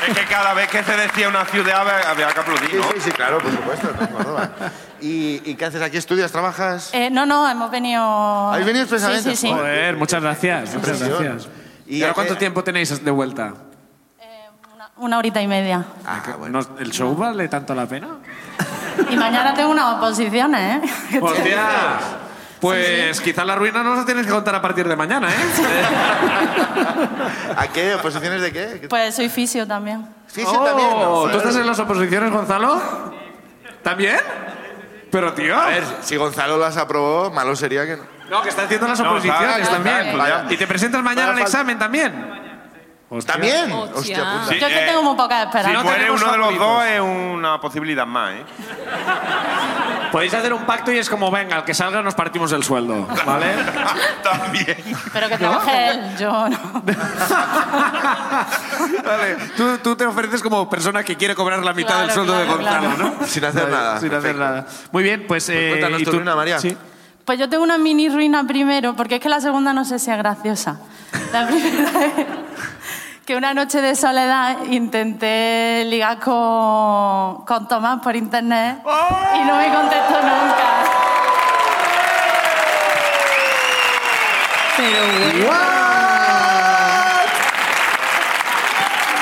Speaker 3: Es que cada vez que se decía una ciudad había- había que aplaudir,
Speaker 1: Sí,
Speaker 3: ¿no?
Speaker 1: sí, sí, claro, por supuesto, de Córdoba. ¿Y, y qué haces aquí? ¿Estudias? ¿Trabajas?
Speaker 7: Eh, no, no, hemos venido.
Speaker 1: ¿Habéis venido expresamente?
Speaker 7: Sí, sí, sí.
Speaker 2: Joder, muchas gracias. Muchas
Speaker 1: Impresión.
Speaker 2: gracias.
Speaker 1: Y
Speaker 2: ¿Y ahora
Speaker 1: a
Speaker 2: cuánto
Speaker 1: qué-
Speaker 2: tiempo tenéis de vuelta?
Speaker 7: Eh, una, una horita y media.
Speaker 1: Ah,
Speaker 2: ¿No- ¿El show vale tanto la pena?
Speaker 7: Y mañana tengo unas oposiciones, ¿eh? Que estoy-
Speaker 2: ¡Hostia! Pues quizás la ruina no la tienes que contar a partir de mañana, ¿eh?
Speaker 1: ¿A qué? ¿Oposiciones de qué?
Speaker 7: Pues soy fisio también.
Speaker 1: Sí, sí, también. ¿no?
Speaker 2: Oh, ¿Tú estás en las oposiciones, Gonzalo? ¿También? Pero, tío.
Speaker 1: A ver, si Gonzalo las aprobó, malo sería que no.
Speaker 2: No, que está haciendo las
Speaker 3: No,
Speaker 2: oposiciones
Speaker 3: está-
Speaker 2: también.
Speaker 7: está
Speaker 3: estudiando.
Speaker 2: Y te presentas
Speaker 1: Vaya
Speaker 2: mañana al
Speaker 1: falta.
Speaker 2: examen también. Hostia.
Speaker 1: ¿También?
Speaker 4: Hostia.
Speaker 1: puta.
Speaker 3: Sí,
Speaker 7: Yo es que
Speaker 3: eh,
Speaker 7: tengo muy poca
Speaker 3: Si
Speaker 7: esperanza.
Speaker 2: no
Speaker 3: tú eres
Speaker 2: tenemos
Speaker 3: uno de los
Speaker 2: favoritos.
Speaker 3: dos es una posibilidad más, ¿eh?
Speaker 2: Podéis hacer un pacto y es como, venga, al que salga nos partimos el sueldo, ¿vale?
Speaker 3: También.
Speaker 7: Pero que trabaje él, yo no.
Speaker 2: Vale, Tú, tú te ofreces como persona que quiere cobrar la mitad
Speaker 7: Claro,
Speaker 2: del sueldo de
Speaker 7: claro,
Speaker 2: Gonzalo,
Speaker 7: claro.
Speaker 2: ¿no?
Speaker 1: Sin hacer
Speaker 2: Vale,
Speaker 1: nada,
Speaker 2: Sin hacer
Speaker 1: perfecto.
Speaker 2: nada. Muy bien, pues... eh,
Speaker 1: cuéntanos
Speaker 2: ¿y
Speaker 1: tu
Speaker 2: tú?
Speaker 1: ruina, María.
Speaker 2: Sí.
Speaker 7: Pues yo tengo una mini ruina primero, porque es que la segunda no sé si es graciosa. La primera es que una noche de soledad intenté ligar con, con Tomás por internet y no me contestó nunca.
Speaker 4: Pero bueno.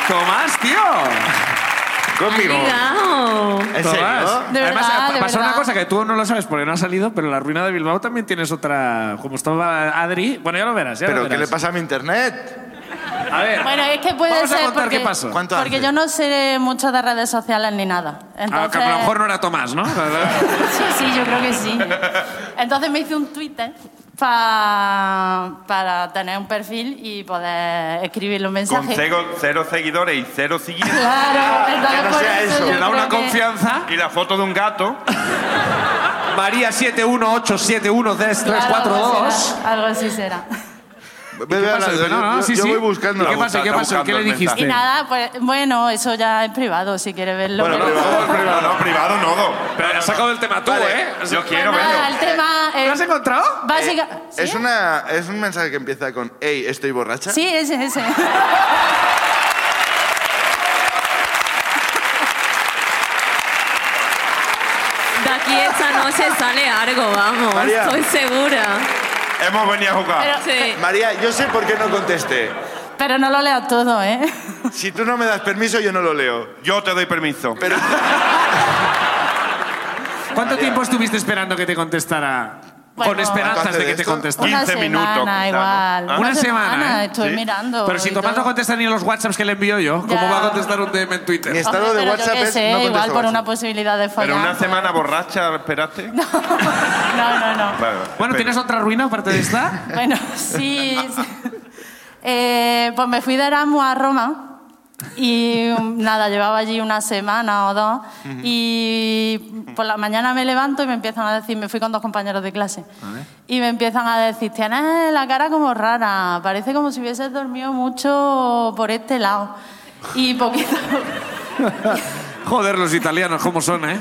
Speaker 2: Tomás, tío.
Speaker 1: Conmigo.
Speaker 4: Cuidado.
Speaker 1: ¿En serio?
Speaker 2: Tomás.
Speaker 7: De
Speaker 2: Además,
Speaker 7: verdad,
Speaker 2: pa-
Speaker 7: de
Speaker 2: pasó una
Speaker 7: verdad.
Speaker 2: cosa que tú no lo sabes porque no ha salido, pero la ruina de Bilbao también tienes otra. Como estaba Adri. Bueno, ya lo verás. Ya
Speaker 1: ¿Pero
Speaker 2: lo
Speaker 1: qué le
Speaker 2: verás.
Speaker 1: pasa a mi internet?
Speaker 2: A ver.
Speaker 7: Bueno, es que puede
Speaker 2: Vamos a
Speaker 7: ser
Speaker 2: contar
Speaker 7: porque,
Speaker 2: qué pasó.
Speaker 1: ¿Cuánto
Speaker 7: porque
Speaker 1: hace?
Speaker 7: yo no sé mucho de redes sociales ni nada.
Speaker 2: Ah, que
Speaker 7: Entonces,
Speaker 2: a lo mejor no era Tomás, ¿no?
Speaker 7: Sí, sí, yo creo que sí. Entonces me hice un Twitter pa- para tener un perfil y poder escribir los
Speaker 3: Con
Speaker 7: mensajes.
Speaker 3: cero, cero seguidores y cero siguientes.
Speaker 7: Claro, entonces
Speaker 1: Que no
Speaker 7: por
Speaker 1: sea
Speaker 7: eso
Speaker 1: eso.
Speaker 7: yo
Speaker 2: Te da
Speaker 7: creo
Speaker 2: una
Speaker 7: que-
Speaker 2: confianza.
Speaker 3: Y la foto de un gato.
Speaker 2: María 71871342.
Speaker 7: Algo así será, Algo así será.
Speaker 1: Bebe
Speaker 2: pasa?
Speaker 1: hablando,
Speaker 2: No, no,
Speaker 1: yo,
Speaker 2: sí,
Speaker 1: yo
Speaker 2: sí.
Speaker 1: voy buscando.
Speaker 2: ¿Y qué
Speaker 1: la
Speaker 2: pasa?
Speaker 1: vuelta.
Speaker 2: ¿Qué
Speaker 3: está
Speaker 2: pasó? ¿Qué
Speaker 3: buscando
Speaker 2: le
Speaker 3: el mensaje.
Speaker 2: dijiste?
Speaker 7: Y nada, pues bueno, eso ya es privado, si quieres verlo.
Speaker 1: Bueno,
Speaker 7: pero-
Speaker 1: privado, privado,
Speaker 3: No, privado no. no.
Speaker 2: Pero has sacado el tema tú,
Speaker 1: Vale.
Speaker 2: ¿eh?
Speaker 3: Yo
Speaker 7: Pues
Speaker 3: quiero
Speaker 7: nada,
Speaker 3: verlo.
Speaker 7: El tema
Speaker 2: ¿Lo
Speaker 7: es
Speaker 2: has encontrado?
Speaker 7: básica. ¿Sí?
Speaker 1: Eh, Es, una, es un mensaje que empieza con, hey, estoy borracha.
Speaker 7: Sí, ese, ese.
Speaker 4: De aquí esta noche sale algo, vamos.
Speaker 1: María.
Speaker 4: Estoy segura.
Speaker 3: Hemos venido a jugar.
Speaker 7: Pero-
Speaker 4: Sí.
Speaker 1: María, yo sé por qué no contesté.
Speaker 7: Pero no lo leo todo, ¿eh?
Speaker 1: Si tú no me das permiso, yo no lo leo.
Speaker 3: Yo te doy permiso.
Speaker 1: Pero
Speaker 2: ¿Cuánto tiempo estuviste esperando que te contestara?
Speaker 7: Bueno,
Speaker 2: Con esperanzas
Speaker 1: ¿Cuánto
Speaker 2: de
Speaker 1: hace
Speaker 2: que
Speaker 1: de
Speaker 2: te
Speaker 1: esto?
Speaker 2: contestara.
Speaker 7: Una
Speaker 3: 15 minutos,
Speaker 7: semana
Speaker 3: quizá,
Speaker 7: igual.
Speaker 3: ¿no? Ah.
Speaker 2: Una semana, ¿eh?
Speaker 7: estoy mirando.
Speaker 2: Pero si
Speaker 7: y
Speaker 2: Tomás
Speaker 7: todo.
Speaker 2: no contesta ni los WhatsApps que le envío yo, ¿cómo
Speaker 7: Ya.
Speaker 2: va a contestar un DM en Twitter?
Speaker 1: Mi
Speaker 7: Hombre,
Speaker 1: estado de
Speaker 7: pero yo
Speaker 1: WhatsApp
Speaker 7: qué
Speaker 1: es
Speaker 7: sé,
Speaker 1: no
Speaker 7: igual
Speaker 1: contesto
Speaker 7: por una
Speaker 1: WhatsApp.
Speaker 7: posibilidad de fallar.
Speaker 3: Pero una semana borracha, esperaste.
Speaker 7: No, no, no.
Speaker 3: Vale,
Speaker 2: Bueno,
Speaker 3: espera.
Speaker 2: ¿tienes otra ruina aparte de esta?
Speaker 7: Bueno, sí. sí. Eh, pues me fui de Erasmus a Roma y um, nada, llevaba allí una semana o dos y por la mañana me levanto y me empiezan a decir, me fui con dos compañeros de clase y me empiezan a decir, tienes la cara como rara, parece como si hubieses dormido mucho por este lado y poquito...
Speaker 2: Joder, los italianos, ¿cómo son, eh?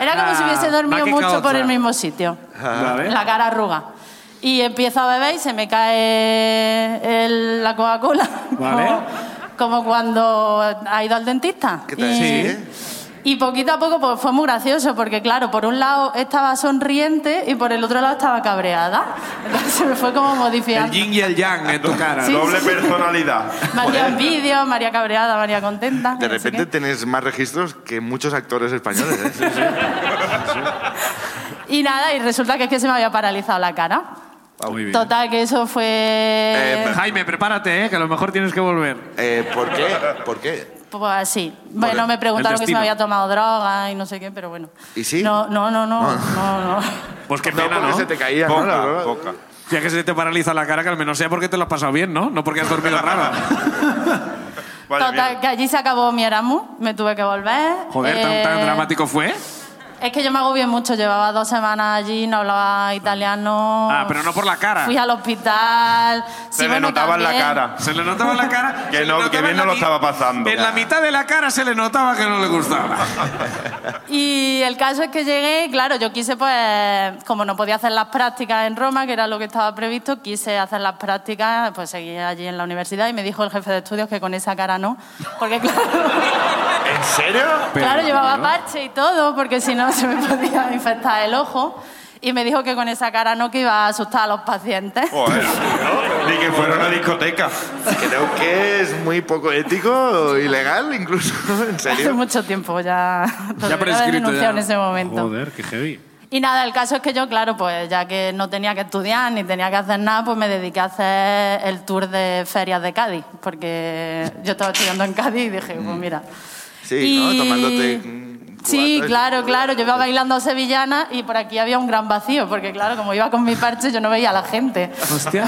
Speaker 7: Era como si hubiese dormido
Speaker 2: Mágica
Speaker 7: mucho por
Speaker 2: otra.
Speaker 7: el mismo sitio.
Speaker 2: Vale.
Speaker 7: La cara arruga. Y empiezo a beber y se me cae el- la Coca-Cola.
Speaker 2: Vale.
Speaker 7: Como, como cuando ha ido al dentista.
Speaker 1: ¿Qué tal?
Speaker 7: Y,
Speaker 1: Sí.
Speaker 7: y poquito a poco pues, fue muy gracioso, porque claro, por un lado estaba sonriente y por el otro lado estaba cabreada. Entonces se me fue como
Speaker 2: El
Speaker 7: modificando.
Speaker 2: yin y el yang en tu cara.
Speaker 7: Sí.
Speaker 3: Doble personalidad.
Speaker 7: María en vídeo, María cabreada, María
Speaker 1: De
Speaker 7: contenta. no sé
Speaker 1: repente
Speaker 7: qué.
Speaker 1: tenés más registros que muchos actores españoles. ¿eh?
Speaker 7: Y nada, y resulta que es que se me había paralizado la cara.
Speaker 2: Muy bien.
Speaker 7: Total, que eso fue...
Speaker 2: Jaime, prepárate, ¿eh? que a lo mejor tienes que volver.
Speaker 1: Eh, ¿Por qué? ¿Por qué?
Speaker 7: Pues así. Bueno, me preguntaron que si
Speaker 2: destino.
Speaker 7: me había tomado droga y no sé qué, pero bueno.
Speaker 1: ¿Y sí?
Speaker 7: No, no, no, no, no, no.
Speaker 2: Pues qué
Speaker 1: No,
Speaker 2: pena,
Speaker 1: porque
Speaker 2: ¿no?
Speaker 1: se te caía, ¿no? La
Speaker 3: Poca,
Speaker 1: verdad.
Speaker 3: poca.
Speaker 2: Ya que se te paraliza la cara, que al menos sea porque te lo has pasado bien, ¿no? No porque has dormido raro.
Speaker 3: Vaya
Speaker 7: Total,
Speaker 3: mierda.
Speaker 7: que allí se acabó mi Erasmus, me tuve que volver.
Speaker 2: Joder,
Speaker 7: Eh,
Speaker 2: ¿tan, tan dramático fue.
Speaker 7: Es que yo me agobié mucho, llevaba dos semanas allí, no hablaba italiano.
Speaker 2: Ah, pero no por la cara.
Speaker 7: Fui al hospital.
Speaker 3: Se
Speaker 7: sí,
Speaker 3: le
Speaker 7: bueno,
Speaker 3: notaba en la
Speaker 7: también.
Speaker 3: cara.
Speaker 2: Se le notaba en la cara.
Speaker 3: Que
Speaker 2: se le
Speaker 3: no- que
Speaker 2: notaba
Speaker 3: bien
Speaker 2: en la
Speaker 3: no lo
Speaker 2: mi-
Speaker 3: estaba pasando.
Speaker 2: En la mitad de la cara se le notaba que no le gustaba.
Speaker 7: Y el caso es que llegué, y claro, yo quise, pues, como no podía hacer las prácticas en Roma, que era lo que estaba previsto, quise hacer las prácticas, pues seguí allí en la universidad y me dijo el jefe de estudios que con esa cara no. Porque, claro.
Speaker 1: ¿En serio?
Speaker 7: claro, llevaba parche y todo, porque si no se me podía infectar el ojo. Y me dijo que con esa cara no, que iba a asustar a los pacientes.
Speaker 3: Joder. Ni que fuera una discoteca.
Speaker 1: Creo que es muy poco ético, ilegal incluso, en
Speaker 7: Hace
Speaker 1: serio.
Speaker 7: mucho tiempo ya. lo
Speaker 2: Ya
Speaker 7: debería haber
Speaker 2: prescrito
Speaker 7: denunciado
Speaker 2: ya.
Speaker 7: en ese momento.
Speaker 2: Joder, qué heavy.
Speaker 7: Y nada, el caso es que yo, claro, pues ya que no tenía que estudiar ni tenía que hacer nada, pues me dediqué a hacer el tour de ferias de Cádiz, porque yo estaba estudiando en Cádiz y dije,
Speaker 2: Mm.
Speaker 7: pues mira.
Speaker 1: Sí, ¿no?
Speaker 7: Y-
Speaker 1: Tomándote un
Speaker 7: Sí,
Speaker 1: cubata.
Speaker 7: claro, claro. Yo iba bailando sevillana y por aquí había un gran vacío, porque claro, como iba con mi parche, yo no veía a la gente.
Speaker 2: Hostia.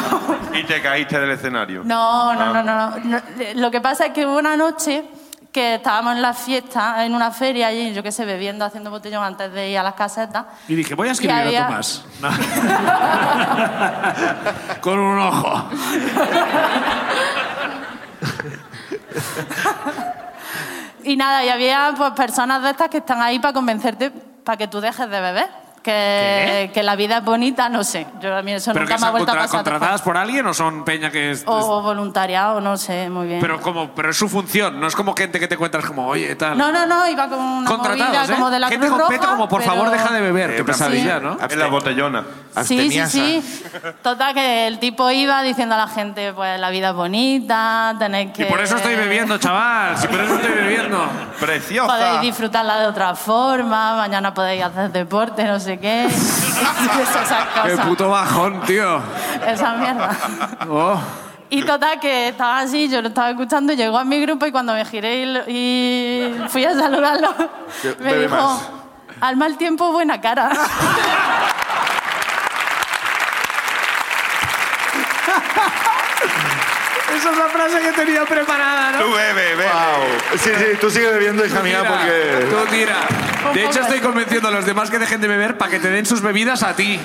Speaker 3: Y te caíste del escenario.
Speaker 7: No, no, no,
Speaker 2: Ah,
Speaker 7: no, no. No, eh, Lo que pasa es que hubo una noche que estábamos en la fiesta, en una feria allí, yo qué sé, bebiendo, haciendo botellón antes de ir a las casetas.
Speaker 2: Y dije, voy a escribir
Speaker 7: Y había-
Speaker 2: a Tomás. No. Con un ojo.
Speaker 7: Y nada, y había pues, personas de estas que están ahí para convencerte para que tú dejes de beber. Que, que la vida es bonita, no sé. Yo a mí eso
Speaker 2: ¿Pero
Speaker 7: nunca
Speaker 2: que
Speaker 7: me ha
Speaker 2: son
Speaker 7: vuelto a
Speaker 2: contra-
Speaker 7: pasar.
Speaker 2: contratadas por alguien o son peña que es-
Speaker 7: O, o voluntariado, no sé, muy bien.
Speaker 2: Pero, como, pero es su función, no es como gente que te cuentas como, oye, tal.
Speaker 7: no, no, no, iba con una movida
Speaker 2: Contratados, ¿eh?
Speaker 7: como de la
Speaker 2: gente
Speaker 7: Cruz
Speaker 2: con peto
Speaker 7: Roja,
Speaker 2: como, por
Speaker 7: pero-
Speaker 2: favor, deja de beber. qué pesadilla, ¿no?
Speaker 3: En la botellona.
Speaker 2: Ah,
Speaker 7: Sí, sí,
Speaker 1: Abstemiasa.
Speaker 7: sí. Total, que el tipo iba diciendo a la gente, pues la vida es bonita, tenéis que...
Speaker 2: Y por eso estoy bebiendo, chaval. Si por eso estoy bebiendo.
Speaker 3: Preciosa.
Speaker 7: Podéis disfrutarla de otra forma, mañana podéis hacer deporte, no sé qué. Esas
Speaker 2: Qué
Speaker 7: cosas.
Speaker 2: puto bajón, tío.
Speaker 7: Esa mierda.
Speaker 2: Oh.
Speaker 7: Y total, que estaba así, yo lo estaba escuchando, llegó a mi grupo y cuando me giré y, lo- y fui a saludarlo,
Speaker 1: Yo-
Speaker 7: me
Speaker 1: bebe
Speaker 7: dijo,
Speaker 1: más.
Speaker 7: al mal tiempo, buena cara.
Speaker 2: Esa es la frase que tenía preparada, ¿no?
Speaker 3: Tú bebe, bebe.
Speaker 1: Wow. Sí, sí, tú sigue bebiendo, hija mía,
Speaker 2: Tira,
Speaker 1: porque...
Speaker 2: Tú tira. De hecho, estoy convenciendo a los demás que dejen de beber para que te den sus bebidas a ti.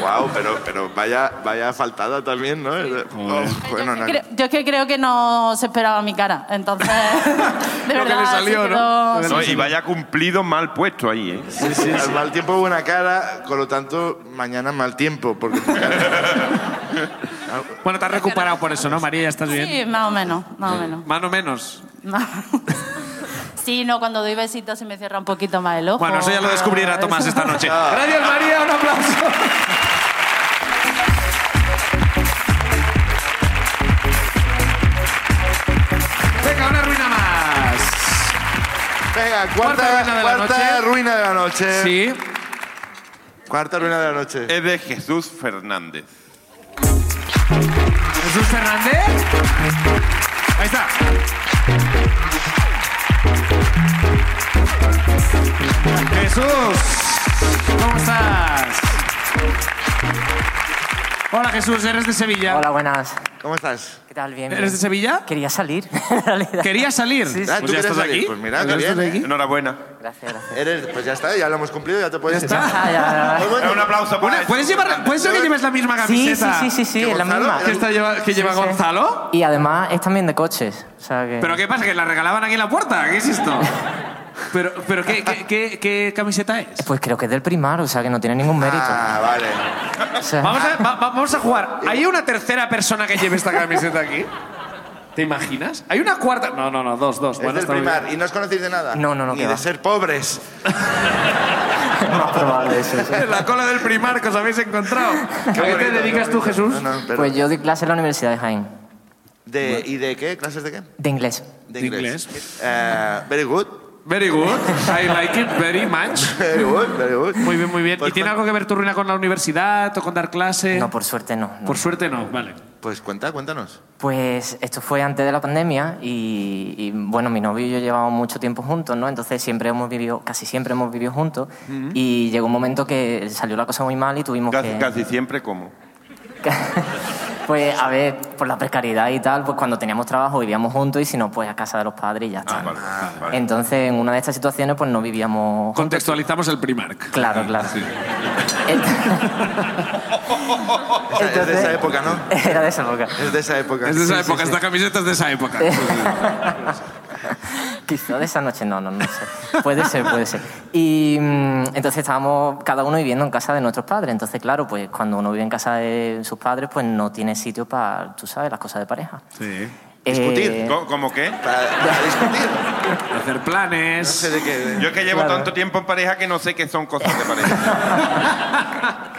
Speaker 1: Wow, pero, pero vaya, vaya faltada también, ¿no? Oh, bueno, no.
Speaker 7: yo, es que creo, yo es que creo que no se esperaba mi cara, entonces... de
Speaker 2: Lo que
Speaker 7: verdad,
Speaker 2: le salió,
Speaker 7: se
Speaker 2: ¿no?
Speaker 7: quedó-
Speaker 3: No, y vaya cumplido mal puesto ahí, ¿eh?
Speaker 1: Sí, sí, Al mal tiempo, buena cara. Con lo tanto, mañana mal tiempo, porque...
Speaker 2: Bueno, te has recuperado por eso, ¿no, María? Ya estás bien.
Speaker 7: Sí, más o menos, más o menos.
Speaker 2: Más o menos.
Speaker 7: Sí, no, cuando doy besitos se me cierra un poquito más el ojo.
Speaker 2: Bueno, eso ya lo descubrirá Tomás esta noche. Gracias, María. Un aplauso. Venga, una ruina más.
Speaker 1: Venga, cuarta,
Speaker 2: Cuarta ruina de la
Speaker 1: cuarta
Speaker 2: noche.
Speaker 1: ruina de la noche.
Speaker 2: Sí.
Speaker 1: Cuarta ruina de la noche.
Speaker 3: Es de Jesús Fernández.
Speaker 2: Jesús Fernández. Ahí está. Jesús, ¿cómo estás? Hola Jesús, ¿eres de Sevilla?
Speaker 8: Hola, buenas.
Speaker 1: ¿Cómo estás?
Speaker 8: ¿Qué tal? Bien.
Speaker 2: ¿Eres de Sevilla?
Speaker 8: Quería salir, en realidad.
Speaker 2: ¿Querías salir?
Speaker 8: Sí, sí.
Speaker 1: Ah,
Speaker 2: Pues ya
Speaker 1: quieres
Speaker 2: estás
Speaker 1: salir?
Speaker 2: aquí.
Speaker 1: Pues mira,
Speaker 2: ¿Ya
Speaker 1: qué
Speaker 2: estás
Speaker 1: bien.
Speaker 2: aquí?
Speaker 3: Enhorabuena.
Speaker 8: Gracias, gracias.
Speaker 1: Eres, pues ya está, ya lo hemos cumplido, ya te puedes ir.
Speaker 8: Ah, ya, ya,
Speaker 1: Pues bueno,
Speaker 3: Un aplauso para
Speaker 2: Bueno,
Speaker 3: Jesús
Speaker 2: ¿Puedes llevar,
Speaker 3: Fernández.
Speaker 2: puede ser que lleves la misma
Speaker 8: ya. Sí, sí,
Speaker 2: camiseta
Speaker 8: sí, sí, sí,
Speaker 1: ¿Que
Speaker 8: es la
Speaker 1: Gonzalo? ¿eh?
Speaker 8: misma.
Speaker 2: que, esta lleva, que lleva
Speaker 8: Sí, sí.
Speaker 2: Gonzalo?
Speaker 8: Y además es también de coches. O sea que...
Speaker 2: ¿Pero qué pasa? ¿Que la regalaban aquí en la puerta? ¿Qué es esto? ¿Pero, pero ¿qué, qué, qué- qué camiseta es?
Speaker 8: Pues creo que es del primar, o sea que no tiene ningún mérito.
Speaker 1: Ah, vale.
Speaker 8: O sea,
Speaker 2: Vamos a, va- vamos a jugar. ¿Hay una tercera persona que lleve esta camiseta aquí? ¿Te imaginas? ¿Hay una cuarta? No, no, no, dos, dos.
Speaker 1: es del
Speaker 2: está muy bien.
Speaker 1: primar y no os conocéis de nada.
Speaker 8: No, no, no,
Speaker 1: Ni
Speaker 8: que
Speaker 1: de
Speaker 8: va.
Speaker 1: ser pobres.
Speaker 8: más probable eso. sí.
Speaker 2: En la cola del primar que os habéis encontrado. ¿A qué te
Speaker 1: bonito,
Speaker 2: dedicas
Speaker 1: qué
Speaker 2: tú,
Speaker 1: bonito.
Speaker 2: Jesús?
Speaker 1: No, no, pero-
Speaker 8: Pues yo doy clase en la Universidad de Jaén,
Speaker 1: de, ¿Y de qué? ¿Clases de qué?
Speaker 8: de inglés.
Speaker 1: De
Speaker 2: De
Speaker 1: inglés.
Speaker 2: inglés.
Speaker 1: Eh, very good.
Speaker 2: Very good. I like it very much.
Speaker 1: Very good, very good.
Speaker 2: Muy bien, muy bien.
Speaker 1: Pues
Speaker 2: ¿Y tiene
Speaker 1: cuen-
Speaker 2: algo que ver tu ruina con la universidad o con dar clase?
Speaker 7: No, por suerte no. no.
Speaker 2: Por suerte no, vale.
Speaker 1: Pues cuenta, cuéntanos.
Speaker 7: Pues esto fue antes de la pandemia y, y, bueno, mi novio y yo llevamos mucho tiempo juntos, ¿no? Entonces siempre hemos vivido, casi siempre hemos vivido juntos y llegó un momento que salió la cosa muy mal y tuvimos
Speaker 3: Casi,
Speaker 7: que...
Speaker 3: casi siempre como.
Speaker 7: Pues a ver, por la precariedad y tal, pues cuando teníamos trabajo vivíamos juntos y si no, pues a casa de los padres y ya está.
Speaker 3: Ah, vale, vale, vale.
Speaker 7: Entonces en una de estas situaciones pues no vivíamos...
Speaker 2: Contextualizamos el Primark.
Speaker 7: Claro, claro.
Speaker 2: Sí.
Speaker 1: O sea, es de
Speaker 7: Entonces-
Speaker 1: esa época, ¿no?
Speaker 7: Era de esa época.
Speaker 1: Es de esa época.
Speaker 2: Es de esa época,
Speaker 7: sí.
Speaker 2: esta camiseta es de esa época.
Speaker 7: Quizá de esa noche, no, no, no sé. Puede ser, puede ser. Y mm, entonces estábamos cada uno viviendo en casa de nuestros padres. Entonces, claro, pues cuando uno vive en casa de sus padres, pues no tiene sitio para, tú sabes, las cosas de pareja.
Speaker 2: Sí.
Speaker 1: Discutir.
Speaker 7: Eh,
Speaker 3: ¿Cómo, cómo qué?
Speaker 1: Para, para discutir.
Speaker 2: Hacer
Speaker 1: No sé
Speaker 2: planes.
Speaker 1: de qué.
Speaker 3: Yo es que llevo
Speaker 7: Claro.
Speaker 3: tanto tiempo en pareja que no sé qué son cosas de pareja.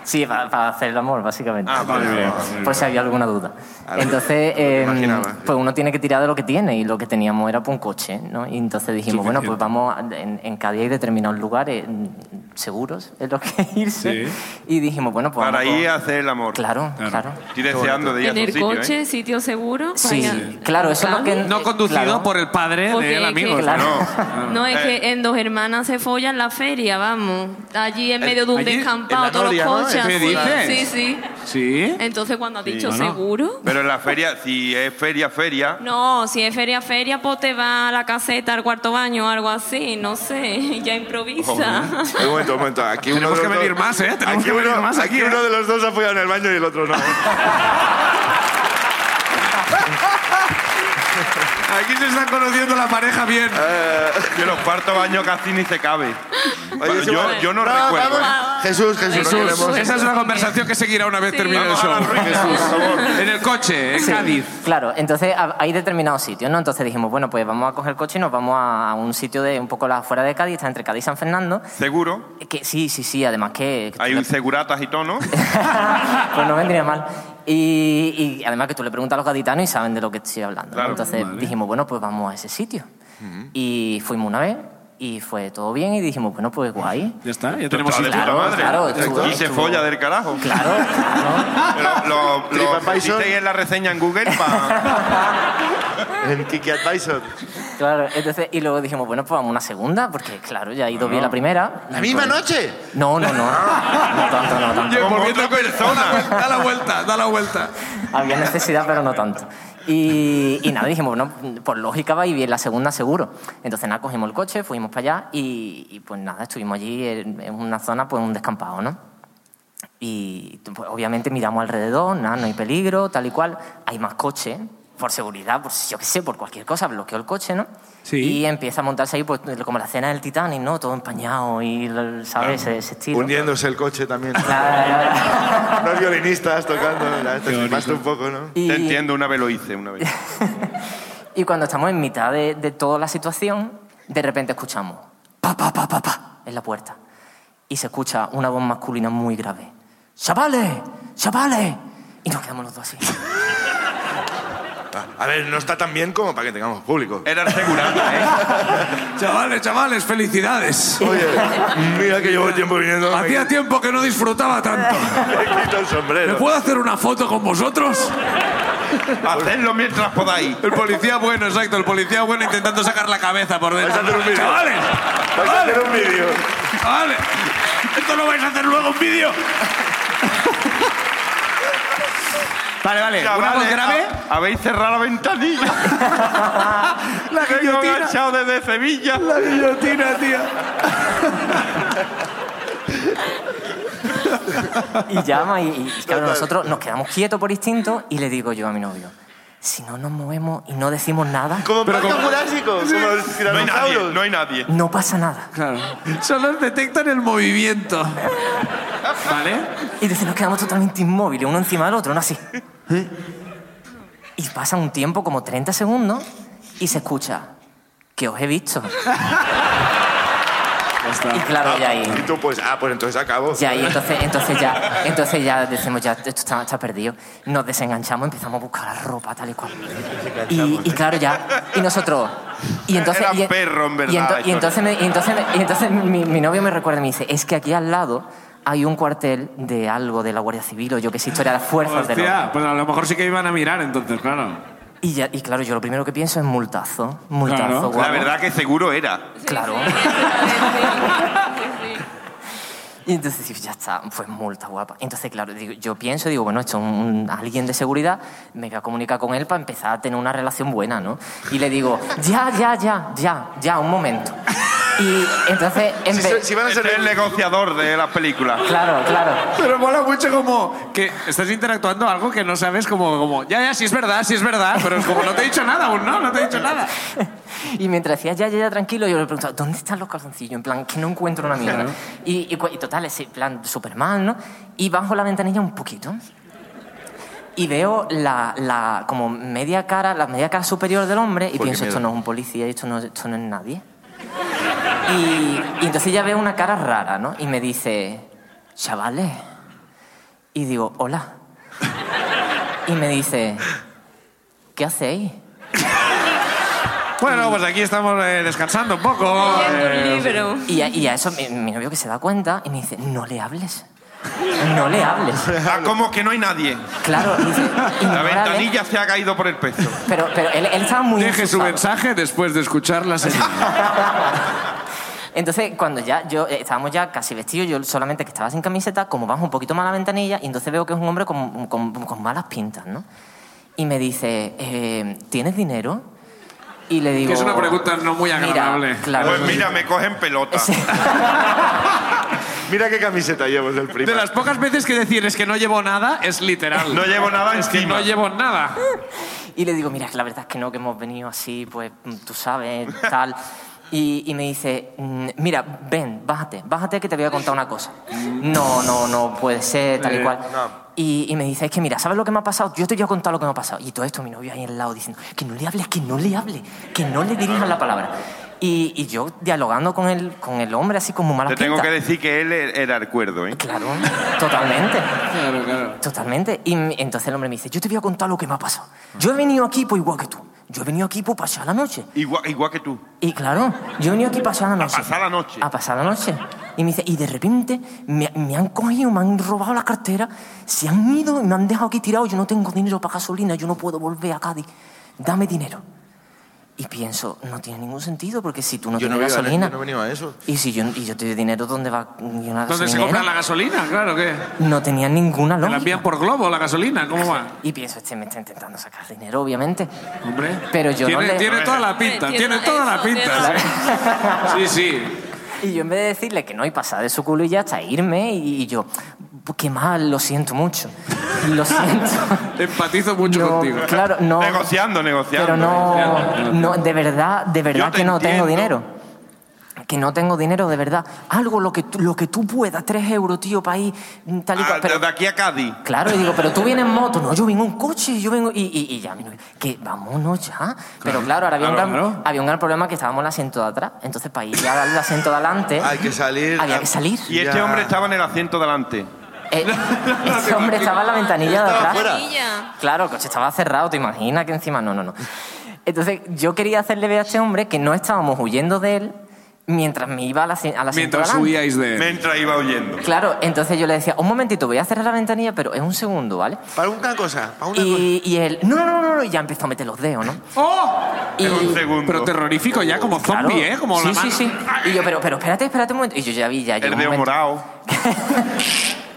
Speaker 7: sí, para, para hacer el amor, básicamente.
Speaker 3: Ah, vale, vale, vale.
Speaker 2: Pues,
Speaker 7: Por si había alguna duda. Entonces, eh,
Speaker 1: imaginaba.
Speaker 7: pues uno tiene que tirar de lo que tiene y lo que teníamos era pues, un coche, ¿no? Y entonces dijimos, bueno, pues vamos, a- en, en Cádiz hay determinados lugares mm, seguros en los que irse.
Speaker 2: Sí.
Speaker 7: Y dijimos, bueno, pues...
Speaker 3: Para
Speaker 7: vamos
Speaker 3: ir
Speaker 7: con-
Speaker 3: a hacer el amor.
Speaker 7: Claro,
Speaker 2: Claro.
Speaker 7: claro.
Speaker 3: Estoy deseando de ir a
Speaker 4: En
Speaker 3: esos
Speaker 4: el
Speaker 3: sitios,
Speaker 4: coche,
Speaker 3: ¿eh?
Speaker 4: sitio seguro.
Speaker 7: Sí,
Speaker 4: vaya.
Speaker 7: claro, eso es lo que...
Speaker 2: No conducido
Speaker 7: claro.
Speaker 2: por el padre
Speaker 4: Porque
Speaker 2: del
Speaker 4: es
Speaker 2: amigo.
Speaker 4: que-
Speaker 7: Claro.
Speaker 3: No.
Speaker 4: No, es
Speaker 3: Eh.
Speaker 4: que en dos hermanas se follan la feria, vamos. Allí en medio de un
Speaker 2: allí, en
Speaker 4: descampado,
Speaker 1: la
Speaker 4: todos
Speaker 1: Noria, ¿no?
Speaker 4: los coches.
Speaker 2: ¿Qué
Speaker 4: así.
Speaker 2: dices?
Speaker 4: Sí, sí.
Speaker 2: Sí.
Speaker 4: Entonces, cuando has dicho
Speaker 2: Bueno.
Speaker 4: seguro.
Speaker 3: Pero en la feria, si es feria, feria.
Speaker 4: No, si es feria, feria, pues te va a la caseta, al cuarto baño, algo así, no sé, ya improvisa.
Speaker 1: Un momento, un momento. Aquí uno
Speaker 2: Tenemos
Speaker 1: de
Speaker 2: que
Speaker 1: los
Speaker 2: venir
Speaker 1: dos-
Speaker 2: más, ¿eh? Tenemos
Speaker 1: aquí
Speaker 2: que venir
Speaker 1: uno-
Speaker 2: más aquí,
Speaker 1: Aquí
Speaker 2: ¿eh?
Speaker 1: uno de los dos ha follado en el baño y el otro no.
Speaker 2: Aquí se está conociendo la pareja bien.
Speaker 1: Eh,
Speaker 3: Yo los cuartos baños casi ni se cabe.
Speaker 1: Oye, sí,
Speaker 3: yo,
Speaker 1: bueno. Ah,
Speaker 3: yo no, recuerdo. ¿eh?
Speaker 1: vamos. Jesús, Jesús, no
Speaker 2: Jesús,
Speaker 1: queremos-
Speaker 2: esa es una conversación que seguirá una vez
Speaker 4: Sí.
Speaker 2: termine el
Speaker 3: Vamos
Speaker 2: show.
Speaker 3: a la ruina,
Speaker 2: Jesús.
Speaker 3: por favor.
Speaker 2: En el coche, en Cádiz.
Speaker 7: Claro, entonces ha- hay determinados sitios, ¿no? Entonces dijimos, bueno, pues vamos a coger coche y nos vamos a, a un sitio de un poco la afuera de Cádiz, está entre Cádiz y San Fernando.
Speaker 3: Seguro.
Speaker 7: Que, sí, sí, sí, además que... que tú
Speaker 3: Hay
Speaker 7: le-
Speaker 3: un seguratas y todo, ¿no?
Speaker 7: pues no vendría mal. Y, y además que tú le preguntas a los gaditanos y saben de lo que estoy hablando. ¿no?
Speaker 3: Claro.
Speaker 7: Entonces dijimos, bueno, pues vamos a ese sitio. Y fuimos una vez y fue todo bien y dijimos, bueno, pues guay.
Speaker 2: Ya está, ya tenemos
Speaker 3: Está de
Speaker 2: isla.
Speaker 3: puta madre.
Speaker 7: claro, estuvo-
Speaker 3: y se
Speaker 7: estuvo-
Speaker 3: folla del carajo.
Speaker 7: Claro, claro.
Speaker 3: Lo, lo, lo
Speaker 1: TripAdvisor.
Speaker 3: pusisteis en la reseña en Google para...
Speaker 1: En Kiki Advisor.
Speaker 7: claro. Entonces, y luego dijimos, bueno, pues vamos a una segunda, porque claro, ya ha ido bien la primera.
Speaker 1: ¿La misma noche?
Speaker 7: No, no, no. No tanto, no tanto.
Speaker 3: Como otra
Speaker 2: Da
Speaker 3: persona.
Speaker 2: la- Da la vuelta, da la vuelta.
Speaker 7: Había necesidad, pero no tanto. Y, y nada, dijimos, bueno, por lógica va y bien la segunda seguro. Entonces nada, cogimos el coche, fuimos para allá y, y, pues nada, estuvimos allí en, en una zona, pues un descampado, ¿no? Y pues, obviamente miramos alrededor, nada, no hay peligro, tal y cual. Hay más coche, por seguridad, por yo qué sé, por cualquier cosa, bloqueó el coche, ¿no?
Speaker 2: Sí.
Speaker 7: Y empieza a montarse ahí, pues como la escena del Titanic, ¿no? Todo empañado y, ¿sabes? Ese, ese estilo.
Speaker 1: Hundiéndose el coche también.
Speaker 7: Claro, claro, claro.
Speaker 1: Los violinistas tocando. mira, Esto es más un poco, ¿no?
Speaker 7: Y-
Speaker 3: Te entiendo, una vez lo hice, una vez.
Speaker 7: Y cuando estamos en mitad de, de toda la situación, de repente escuchamos pa, pa, pa, pa, pa, en la puerta. Y se escucha una voz masculina muy grave. ¡Chavales! ¡Chavales! Y nos quedamos los dos así.
Speaker 1: Ah, A ver, no está tan bien como para que tengamos público.
Speaker 3: Era el segurata, ¿eh?
Speaker 2: Chavales, chavales, felicidades.
Speaker 1: Oye, mira que llevo tiempo viniendo. Me
Speaker 2: Hacía tiempo que no disfrutaba tanto.
Speaker 1: quito el
Speaker 2: ¿Me
Speaker 1: sombrero.
Speaker 2: puedo hacer una foto con vosotros?
Speaker 3: Hacedlo mientras podáis.
Speaker 2: El policía bueno, exacto. El policía bueno intentando sacar la cabeza por dentro.
Speaker 1: Vais a hacer un vídeo.
Speaker 2: ¡Chavales!
Speaker 1: Vais a hacer un vídeo.
Speaker 2: ¡Chavales! ¿Esto lo vais a hacer luego un vídeo? Vale, vale. ¿Una voz
Speaker 3: Chavales,
Speaker 2: grave?
Speaker 1: ah,
Speaker 3: ha- Habéis cerrado la ventanilla.
Speaker 2: La
Speaker 3: Vengo
Speaker 2: guillotina.
Speaker 3: enganchado desde Sevilla.
Speaker 2: La guillotina, tía.
Speaker 7: Y llama y, y, claro, nosotros nos quedamos quietos por instinto y le digo yo a mi novio, si no nos movemos y no decimos nada,
Speaker 1: Como Parque Jurásico. Como los
Speaker 3: No hay nadie,
Speaker 1: tiranosaurios.
Speaker 3: no hay nadie.
Speaker 7: no pasa nada.
Speaker 2: Claro. Solo detectan el movimiento. ¿Vale?
Speaker 7: Y entonces nos quedamos totalmente inmóviles, uno encima del otro, no así. Y pasa un tiempo, como 30 segundos, y se escucha que os he visto. Y claro, ya
Speaker 1: Y
Speaker 7: ahí.
Speaker 1: tú, pues, ah, pues entonces acabo.
Speaker 7: Ya ahí, entonces, entonces ya, entonces ya decimos, ya, esto está, está perdido. Nos desenganchamos, empezamos a buscar la ropa, tal y cual. Y, y claro, ya. Y nosotros, Y entonces,
Speaker 3: Era
Speaker 7: y-
Speaker 3: perro, en verdad,
Speaker 7: Y,
Speaker 3: la
Speaker 7: y entonces, me- y entonces, me- y entonces mi, mi novio me recuerda y me dice, es que aquí al lado hay un cuartel de algo de la Guardia Civil o yo que sé, historia de las fuerzas de
Speaker 2: Hostia, pues a lo mejor sí que iban a mirar entonces, claro.
Speaker 7: Y, ya- y claro, yo lo primero que pienso es multazo, multazo,
Speaker 2: Claro. La
Speaker 3: La
Speaker 7: guapo.
Speaker 3: verdad que seguro era.
Speaker 7: Claro.
Speaker 4: Sí, sí, sí, sí, sí.
Speaker 7: Y entonces digo, ya está, pues multa guapa. Entonces, claro, digo, yo pienso, digo, bueno, esto es un, alguien de seguridad, me voy a comunicar con él para empezar a tener una relación buena, ¿no? Y le digo, ya, ya, ya, ya, ya, un momento. Y entonces, en
Speaker 1: Si,
Speaker 7: vez-
Speaker 1: si van a ser
Speaker 3: Este es el negociador de las películas.
Speaker 7: Claro, claro.
Speaker 2: Pero mola mucho como que estás interactuando algo que no sabes, como, como ya, ya, sí es verdad, sí es verdad, pero es como no te he dicho nada aún, ¿no? No te he dicho nada.
Speaker 7: Y mientras decía, ya, ya, ya, tranquilo, yo le preguntaba, ¿dónde están los calzoncillos? En plan, que no encuentro una mierda.
Speaker 2: Claro.
Speaker 7: Y, y cu- y total, ese plan súper mal, ¿no? Y bajo la ventanilla un poquito. Y veo la, la como media cara, la media cara superior del hombre y
Speaker 1: qué
Speaker 7: pienso, esto
Speaker 1: miedo.
Speaker 7: no es un policía, esto no, es- esto no es nadie. Y, y entonces ya veo una cara rara, ¿no? Y me dice, chavales. Y digo, hola. Y me dice, ¿qué hacéis?
Speaker 2: Bueno, pues aquí estamos eh, descansando un poco.
Speaker 3: Ah,
Speaker 4: Leyendo
Speaker 2: eh,
Speaker 4: un libro.
Speaker 7: Y a, y a eso mi, mi novio que se da cuenta y me dice, no le hables. No le hables.
Speaker 3: Ah, como que no hay nadie.
Speaker 7: Claro, y dice,
Speaker 3: La
Speaker 7: "Ignórale".
Speaker 3: ventanilla se ha caído por el peso.
Speaker 7: Pero, pero él, él estaba muy
Speaker 2: Deje su
Speaker 7: asustado.
Speaker 2: mensaje después de escuchar la señal.
Speaker 7: Entonces, cuando ya yo eh, estábamos ya casi vestidos, yo solamente que estaba sin camiseta, como bajo un poquito más la ventanilla, y entonces veo que es un hombre con, con- con malas pintas, ¿no? Y me dice, eh, ¿tienes dinero? Y le digo...
Speaker 2: Que es una pregunta no muy
Speaker 7: "Mira,
Speaker 2: agradable".
Speaker 7: claro,
Speaker 3: Pues mira, me cogen pelota.
Speaker 1: Mira qué camiseta llevo del primo.
Speaker 2: De las pocas veces que decir es que no llevo nada, es literal.
Speaker 3: No llevo nada
Speaker 2: es que
Speaker 3: encima.
Speaker 2: no llevo nada.
Speaker 7: Y le digo, mira, la verdad es que no, que hemos venido así, pues mm, tú sabes, tal. Y, y me dice, mm, mira, ven, bájate, bájate que te voy a contar una cosa. No, no, no puede ser, tal y cual. Y, y me dice, es que mira, ¿sabes lo que me ha pasado? Yo te voy a contar lo que me ha pasado. Y todo esto, mi novio ahí al lado diciendo, que no le hables, que no le hable, que no le dirijas la palabra. Y, y yo dialogando con el, con el hombre así como mala
Speaker 3: Te tengo que decir que él era el cuerdo, ¿eh?
Speaker 7: Claro, totalmente.
Speaker 2: Claro, claro.
Speaker 7: Totalmente. Y m- entonces el hombre me dice, yo te voy a contar lo que me ha pasado. Yo he venido aquí pues igual que tú. Yo he venido aquí pues pasar la noche.
Speaker 3: Igual, igual que tú.
Speaker 7: Y claro, yo he venido aquí pasar la noche.
Speaker 3: pasar la noche.
Speaker 2: Ah,
Speaker 7: A pasar la noche. Y me dice, y de repente me, me han cogido, me han robado la cartera, se han ido y me han dejado aquí tirado. Yo no tengo dinero para gasolina, yo no puedo volver a Cádiz. Dame dinero. Y pienso, no tiene ningún sentido, porque si tú no
Speaker 1: Yo no
Speaker 7: tienes
Speaker 1: vivo en-
Speaker 7: gasolina...
Speaker 1: yo no he venido a eso.
Speaker 7: Y si yo, y yo te doy dinero, ¿dónde va y una
Speaker 2: ¿Dónde se
Speaker 7: gasolinera?
Speaker 2: compra la gasolina? Claro que.
Speaker 7: No tenía ninguna
Speaker 2: ¿Te
Speaker 7: lógica.
Speaker 2: la envían por globo la gasolina? ¿Cómo va?
Speaker 7: Y pienso, este me está intentando sacar dinero, obviamente.
Speaker 2: Hombre.
Speaker 7: Pero yo no
Speaker 2: tiene,
Speaker 7: le-
Speaker 2: tiene toda la pinta,
Speaker 4: Tiene-
Speaker 2: tiene toda la
Speaker 4: eso,
Speaker 2: pinta. Sí,
Speaker 4: tiene-
Speaker 2: sí. sí.
Speaker 7: Y yo en vez de decirle que no y pasar de su culo y ya hasta irme, y, y yo, qué mal, lo siento mucho. Lo siento.
Speaker 2: Empatizo mucho
Speaker 7: No,
Speaker 2: contigo.
Speaker 7: claro, no.
Speaker 3: Negociando, negociando.
Speaker 7: Pero
Speaker 2: negociando.
Speaker 7: no, no, de verdad, de
Speaker 3: Yo
Speaker 7: verdad
Speaker 3: te
Speaker 7: que no tengo
Speaker 3: entiendo.
Speaker 7: dinero. Que no tengo dinero, de verdad. Algo, lo que tú, lo que tú puedas, tres euros, tío, para ir, mm, tal y
Speaker 3: Ah,
Speaker 7: cual. Pero,
Speaker 3: de aquí a Cádiz.
Speaker 7: Claro, y digo, pero tú vienes en moto. No, yo vengo en coche, yo vengo... Y, y, y ya, mi novio, que vámonos ya. Pero claro, ahora había,
Speaker 2: claro,
Speaker 7: un gran,
Speaker 2: claro.
Speaker 7: había un gran problema que estábamos en el asiento de atrás. Entonces, para ir al asiento de adelante...
Speaker 1: Hay que salir.
Speaker 7: Había que salir.
Speaker 3: Y este
Speaker 1: Ya.
Speaker 3: hombre estaba en el asiento delante.
Speaker 7: Eh, ese hombre estaba en la ventanilla de
Speaker 1: Estaba
Speaker 7: atrás.
Speaker 1: fuera.
Speaker 4: Ventanilla.
Speaker 7: Claro, el coche estaba cerrado, te imaginas que encima... No, no, no. Entonces, yo quería hacerle ver a este hombre que no estábamos huyendo de él mientras me iba al, asi- al asiento de
Speaker 2: Mientras
Speaker 7: adelante.
Speaker 2: huíais de.
Speaker 3: Mientras iba huyendo.
Speaker 7: Claro, entonces yo le decía, un momentito, voy a cerrar la ventanilla, pero es un segundo, ¿vale?
Speaker 1: Para una cosa, para una cosa.
Speaker 7: Y, y él, no, no, no, no, no, y ya empezó a meter los dedos, ¿no?
Speaker 2: ¡Oh!
Speaker 7: Y,
Speaker 3: Un segundo.
Speaker 2: Pero terrorífico ya, como
Speaker 7: Claro.
Speaker 2: zombie, ¿eh? Como
Speaker 7: sí,
Speaker 2: la
Speaker 7: sí,
Speaker 2: mano.
Speaker 7: sí. Y yo, pero, pero espérate, espérate un momento. Y yo ya vi, ya llegó
Speaker 3: El
Speaker 7: un
Speaker 3: de
Speaker 7: momento-
Speaker 3: morado.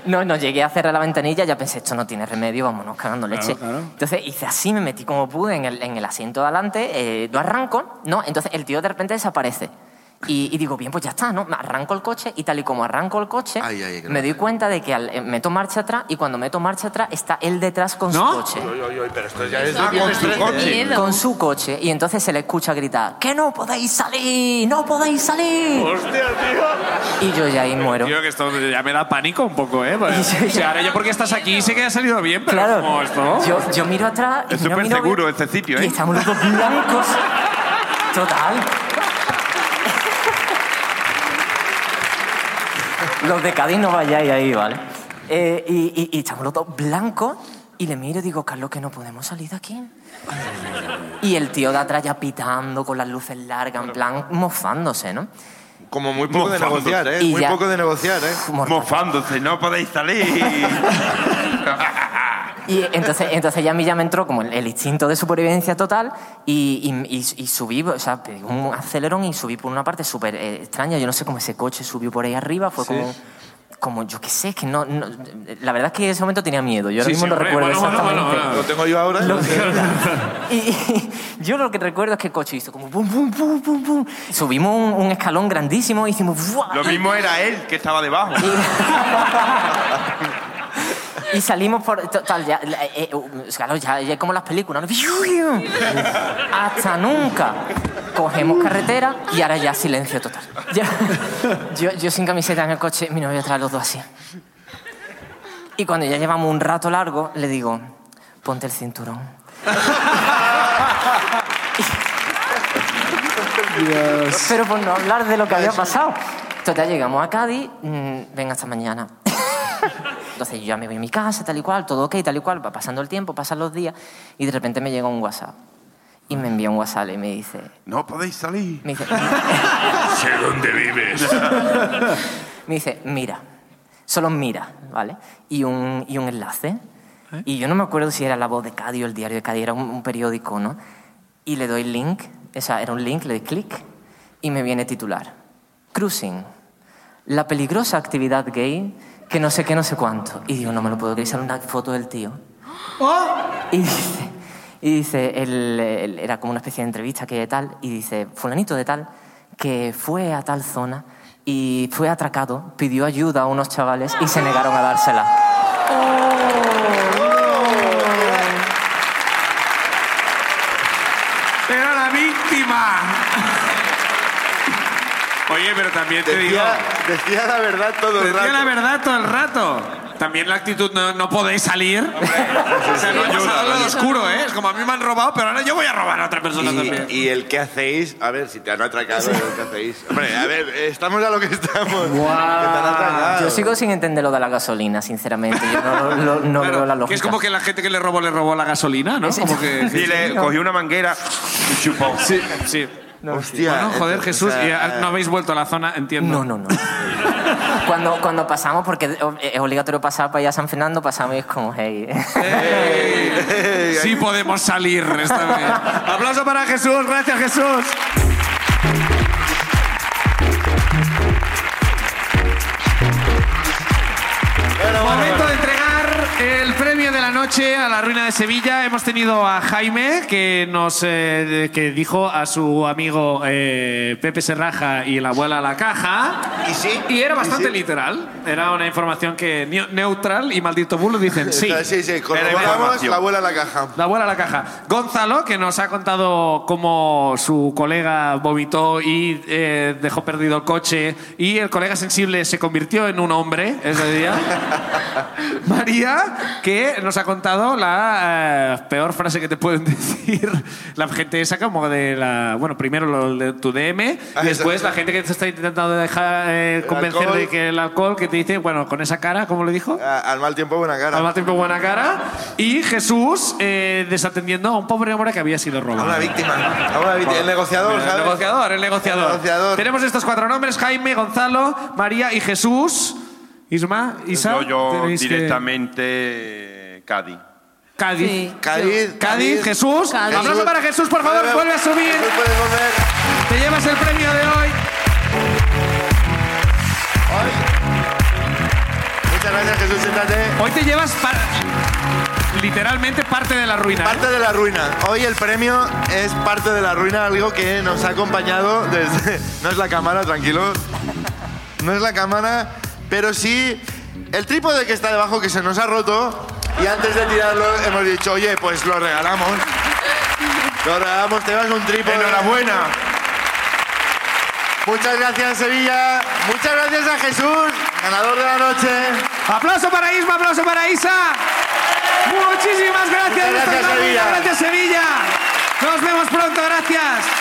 Speaker 7: No, no, llegué a cerrar la ventanilla, ya pensé, esto no tiene remedio, vámonos cagando leche.
Speaker 2: claro.
Speaker 7: Entonces hice así, me metí como pude en el, en el asiento de adelante, eh, lo arranco, ¿no? Entonces el tío de repente desaparece. Y, y digo, bien, pues ya está, ¿no? Me Arranco el coche y tal y como arranco el coche,
Speaker 1: Ay, ay, qué
Speaker 7: me doy cuenta de que al- eh, meto marcha atrás y cuando meto marcha atrás está él detrás con
Speaker 2: ¿No?
Speaker 7: su coche.
Speaker 3: Ah, con su coche.
Speaker 4: Miedo.
Speaker 7: Con su coche. Y entonces se le escucha gritar, que no podéis salir, no podéis salir. Y yo ya ahí muero.
Speaker 2: Tío, que esto Pues ya me da pánico un poco, ¿eh? Pues,
Speaker 7: Sí,
Speaker 2: o sea, ahora yo porque estás aquí sé que ha salido bien, pero
Speaker 7: Claro.
Speaker 2: como esto...
Speaker 7: Yo, yo miro atrás. y
Speaker 3: Es
Speaker 7: miro a mi
Speaker 3: súper seguro
Speaker 7: novio,
Speaker 3: este sitio, ¿eh?
Speaker 7: Y estamos los dos blancos. Total. Los de Cádiz no vayáis ahí, ¿vale? Eh, y, y- y estamos los dos blancos. Y le miro y digo, Carlos, que no podemos salir de aquí. Y el tío de atrás ya pitando con las luces largas, en plan mofándose, ¿no?
Speaker 1: Como muy poco de
Speaker 3: Mofando.
Speaker 1: negociar, ¿eh?
Speaker 7: Y
Speaker 1: Muy
Speaker 7: ya.
Speaker 1: poco de negociar, ¿eh?
Speaker 7: Mortal.
Speaker 3: Mofándose, no podéis salir.
Speaker 7: Y entonces, entonces ya a mí ya me entró como el, el instinto de supervivencia total y, y- y- y subí, o sea, pedí un acelerón y subí por una parte súper eh, extraña. Yo no sé cómo ese coche subió por ahí arriba, fue como... Como yo qué sé, es que no, no- La verdad es que en ese momento tenía miedo. Yo ahora
Speaker 2: Sí,
Speaker 7: mismo
Speaker 2: sí,
Speaker 7: no
Speaker 2: hombre,
Speaker 7: recuerdo
Speaker 2: bueno, bueno,
Speaker 7: exactamente.
Speaker 2: bueno, bueno.
Speaker 1: Lo tengo yo ahora.
Speaker 7: Lo-
Speaker 1: no sé.
Speaker 7: y, y yo lo que recuerdo es que el coche hizo como pum, pum, pum, pum, pum. Subimos un, un escalón grandísimo y hicimos ¡buah!
Speaker 3: Lo mismo era él que estaba debajo.
Speaker 7: Y salimos por. Total, ya. eh, eh, uh, claro, ya, ya como las películas. ¿no? Hasta nunca. Cogemos carretera y ahora ya silencio total. Ya- yo, yo sin camiseta en el coche, mi novia trae los dos así. Y cuando ya llevamos un rato largo, le digo: ponte el cinturón. Pero por no hablar de lo que había pasado. Total, llegamos a Cádiz, mm, venga hasta mañana. Entonces yo ya me voy a mi casa, tal y cual, todo ok, tal y cual. Va pasando el tiempo, pasan los días y de repente me llega un WhatsApp. Y me envía un WhatsApp y me dice...
Speaker 3: No podéis salir.
Speaker 7: Me dice,
Speaker 9: Sé dónde vives.
Speaker 7: me dice mira, solo mira, ¿vale? Y un, y un enlace. Y yo no me acuerdo si era La Voz de Cádiz o El Diario de Cádiz, era un, un periódico, ¿no? Y le doy link, o sea, era un link, le doy clic y me viene titular. Cruising, la peligrosa actividad gay que no sé qué, no sé cuánto. Y digo, no me lo puedo creer, sale una foto del tío. Y dice, y dice el- el- era como una especie de entrevista que tal, y dice, fulanito de tal, que fue a tal zona y fue atracado, pidió ayuda a unos chavales y se negaron a dársela.
Speaker 2: ¡Era la víctima!
Speaker 3: Oye, pero también te digo.
Speaker 1: Decía, decía la verdad todo el
Speaker 2: Decía la
Speaker 1: rato.
Speaker 2: verdad todo el rato. También la actitud no, no podéis salir. o sea, no
Speaker 3: Sí,
Speaker 2: ayuda,
Speaker 3: ayuda,
Speaker 2: algo
Speaker 3: no ayuda.
Speaker 2: oscuro, ¿eh? Es como a mí me han robado, pero ahora yo voy a robar a otra persona también.
Speaker 1: Y, y el que hacéis, a ver, si te han atracado, el que hacéis. Hombre, a ver, estamos a lo que estamos. Que te han atracado.
Speaker 7: Yo sigo sin entender lo de la gasolina, sinceramente. Yo no, lo- no
Speaker 2: Claro,
Speaker 7: veo la
Speaker 2: que
Speaker 7: lógica.
Speaker 2: es como que la gente que le robó le robó la gasolina, ¿no? Como que,
Speaker 3: Y le cogió una manguera y chupó.
Speaker 2: sí, sí.
Speaker 1: Hostia.
Speaker 2: Bueno, joder,
Speaker 1: entonces,
Speaker 2: Jesús,
Speaker 1: o sea, eh,
Speaker 2: y a- no habéis vuelto a la zona, entiendo.
Speaker 7: No, no, no. cuando, cuando pasamos, porque es obligatorio pasar para allá a San Fernando, pasamos y es como, hey.
Speaker 2: ¡Ey! Sí podemos salir esta vez. Aplauso para Jesús, gracias Jesús. Momento de entregar el premio de la noche a la ruina de Sevilla. Hemos tenido a Jaime que nos eh, que dijo a su amigo eh, Pepe Serraja y la abuela a la caja.
Speaker 1: Y sí.
Speaker 2: Y era
Speaker 1: y
Speaker 2: bastante
Speaker 1: sí.
Speaker 2: literal. Era una información que neu- neutral y maldito bulo dicen sí.
Speaker 1: O sea, sí, sí. Corroboramos
Speaker 3: información.
Speaker 1: la abuela a la caja.
Speaker 2: La abuela a la caja. Gonzalo, que nos ha contado cómo su colega vomitó y eh, dejó perdido el coche y el colega sensible se convirtió en un hombre ese día. María, que nos ha contado la eh, peor frase que te pueden decir. La gente saca como de la... Bueno, primero lo de tu DM,
Speaker 1: Ah,
Speaker 2: y después
Speaker 1: exacto.
Speaker 2: la gente que te está intentando dejar eh, convencer
Speaker 1: alcohol.
Speaker 2: de que el alcohol, que te dice, bueno, con esa cara, ¿cómo le dijo?
Speaker 1: Ah, Al mal tiempo, buena cara.
Speaker 2: Al mal tiempo, buena cara. Y Jesús eh, desatendiendo a un pobre hombre que había sido
Speaker 1: A
Speaker 2: robado.
Speaker 1: una víctima. A una víctima. El negociador,
Speaker 2: El
Speaker 1: ¿sabes?
Speaker 2: negociador, el negociador.
Speaker 1: El negociador.
Speaker 2: Tenemos estos cuatro nombres: Jaime, Gonzalo, María y Jesús. Isma, Isa.
Speaker 3: Yo, yo
Speaker 2: tenéis que-
Speaker 3: directamente Cádiz.
Speaker 2: Cádiz.
Speaker 4: Sí.
Speaker 1: Cádiz,
Speaker 2: Cádiz, Jesús. Aplauso para Jesús, por favor,
Speaker 1: Vuelve-
Speaker 2: vuelve a subir.
Speaker 1: Jesús, puedes volver.
Speaker 2: Te llevas el premio de hoy.
Speaker 1: Muchas gracias, Jesús, siéntate.
Speaker 2: Hoy te llevas par- literalmente parte de la ruina. ¿eh?
Speaker 1: Parte de la ruina. Hoy el premio es parte de la ruina, algo que nos ha acompañado desde. No es la cámara, tranquilo. No es la cámara, pero sí el trípode que está debajo que se nos ha roto. Y antes de tirarlo, hemos dicho, oye, pues lo regalamos. Lo regalamos, te vas un trípode.
Speaker 3: Enhorabuena.
Speaker 1: Muchas gracias, Sevilla. Muchas gracias a Jesús, ganador de la noche.
Speaker 2: Aplauso para Isma, aplauso para Isa. Muchísimas gracias.
Speaker 1: Muchas gracias,
Speaker 2: Esto es la
Speaker 1: Sevilla.
Speaker 2: Gracias, Sevilla. Nos vemos pronto, gracias.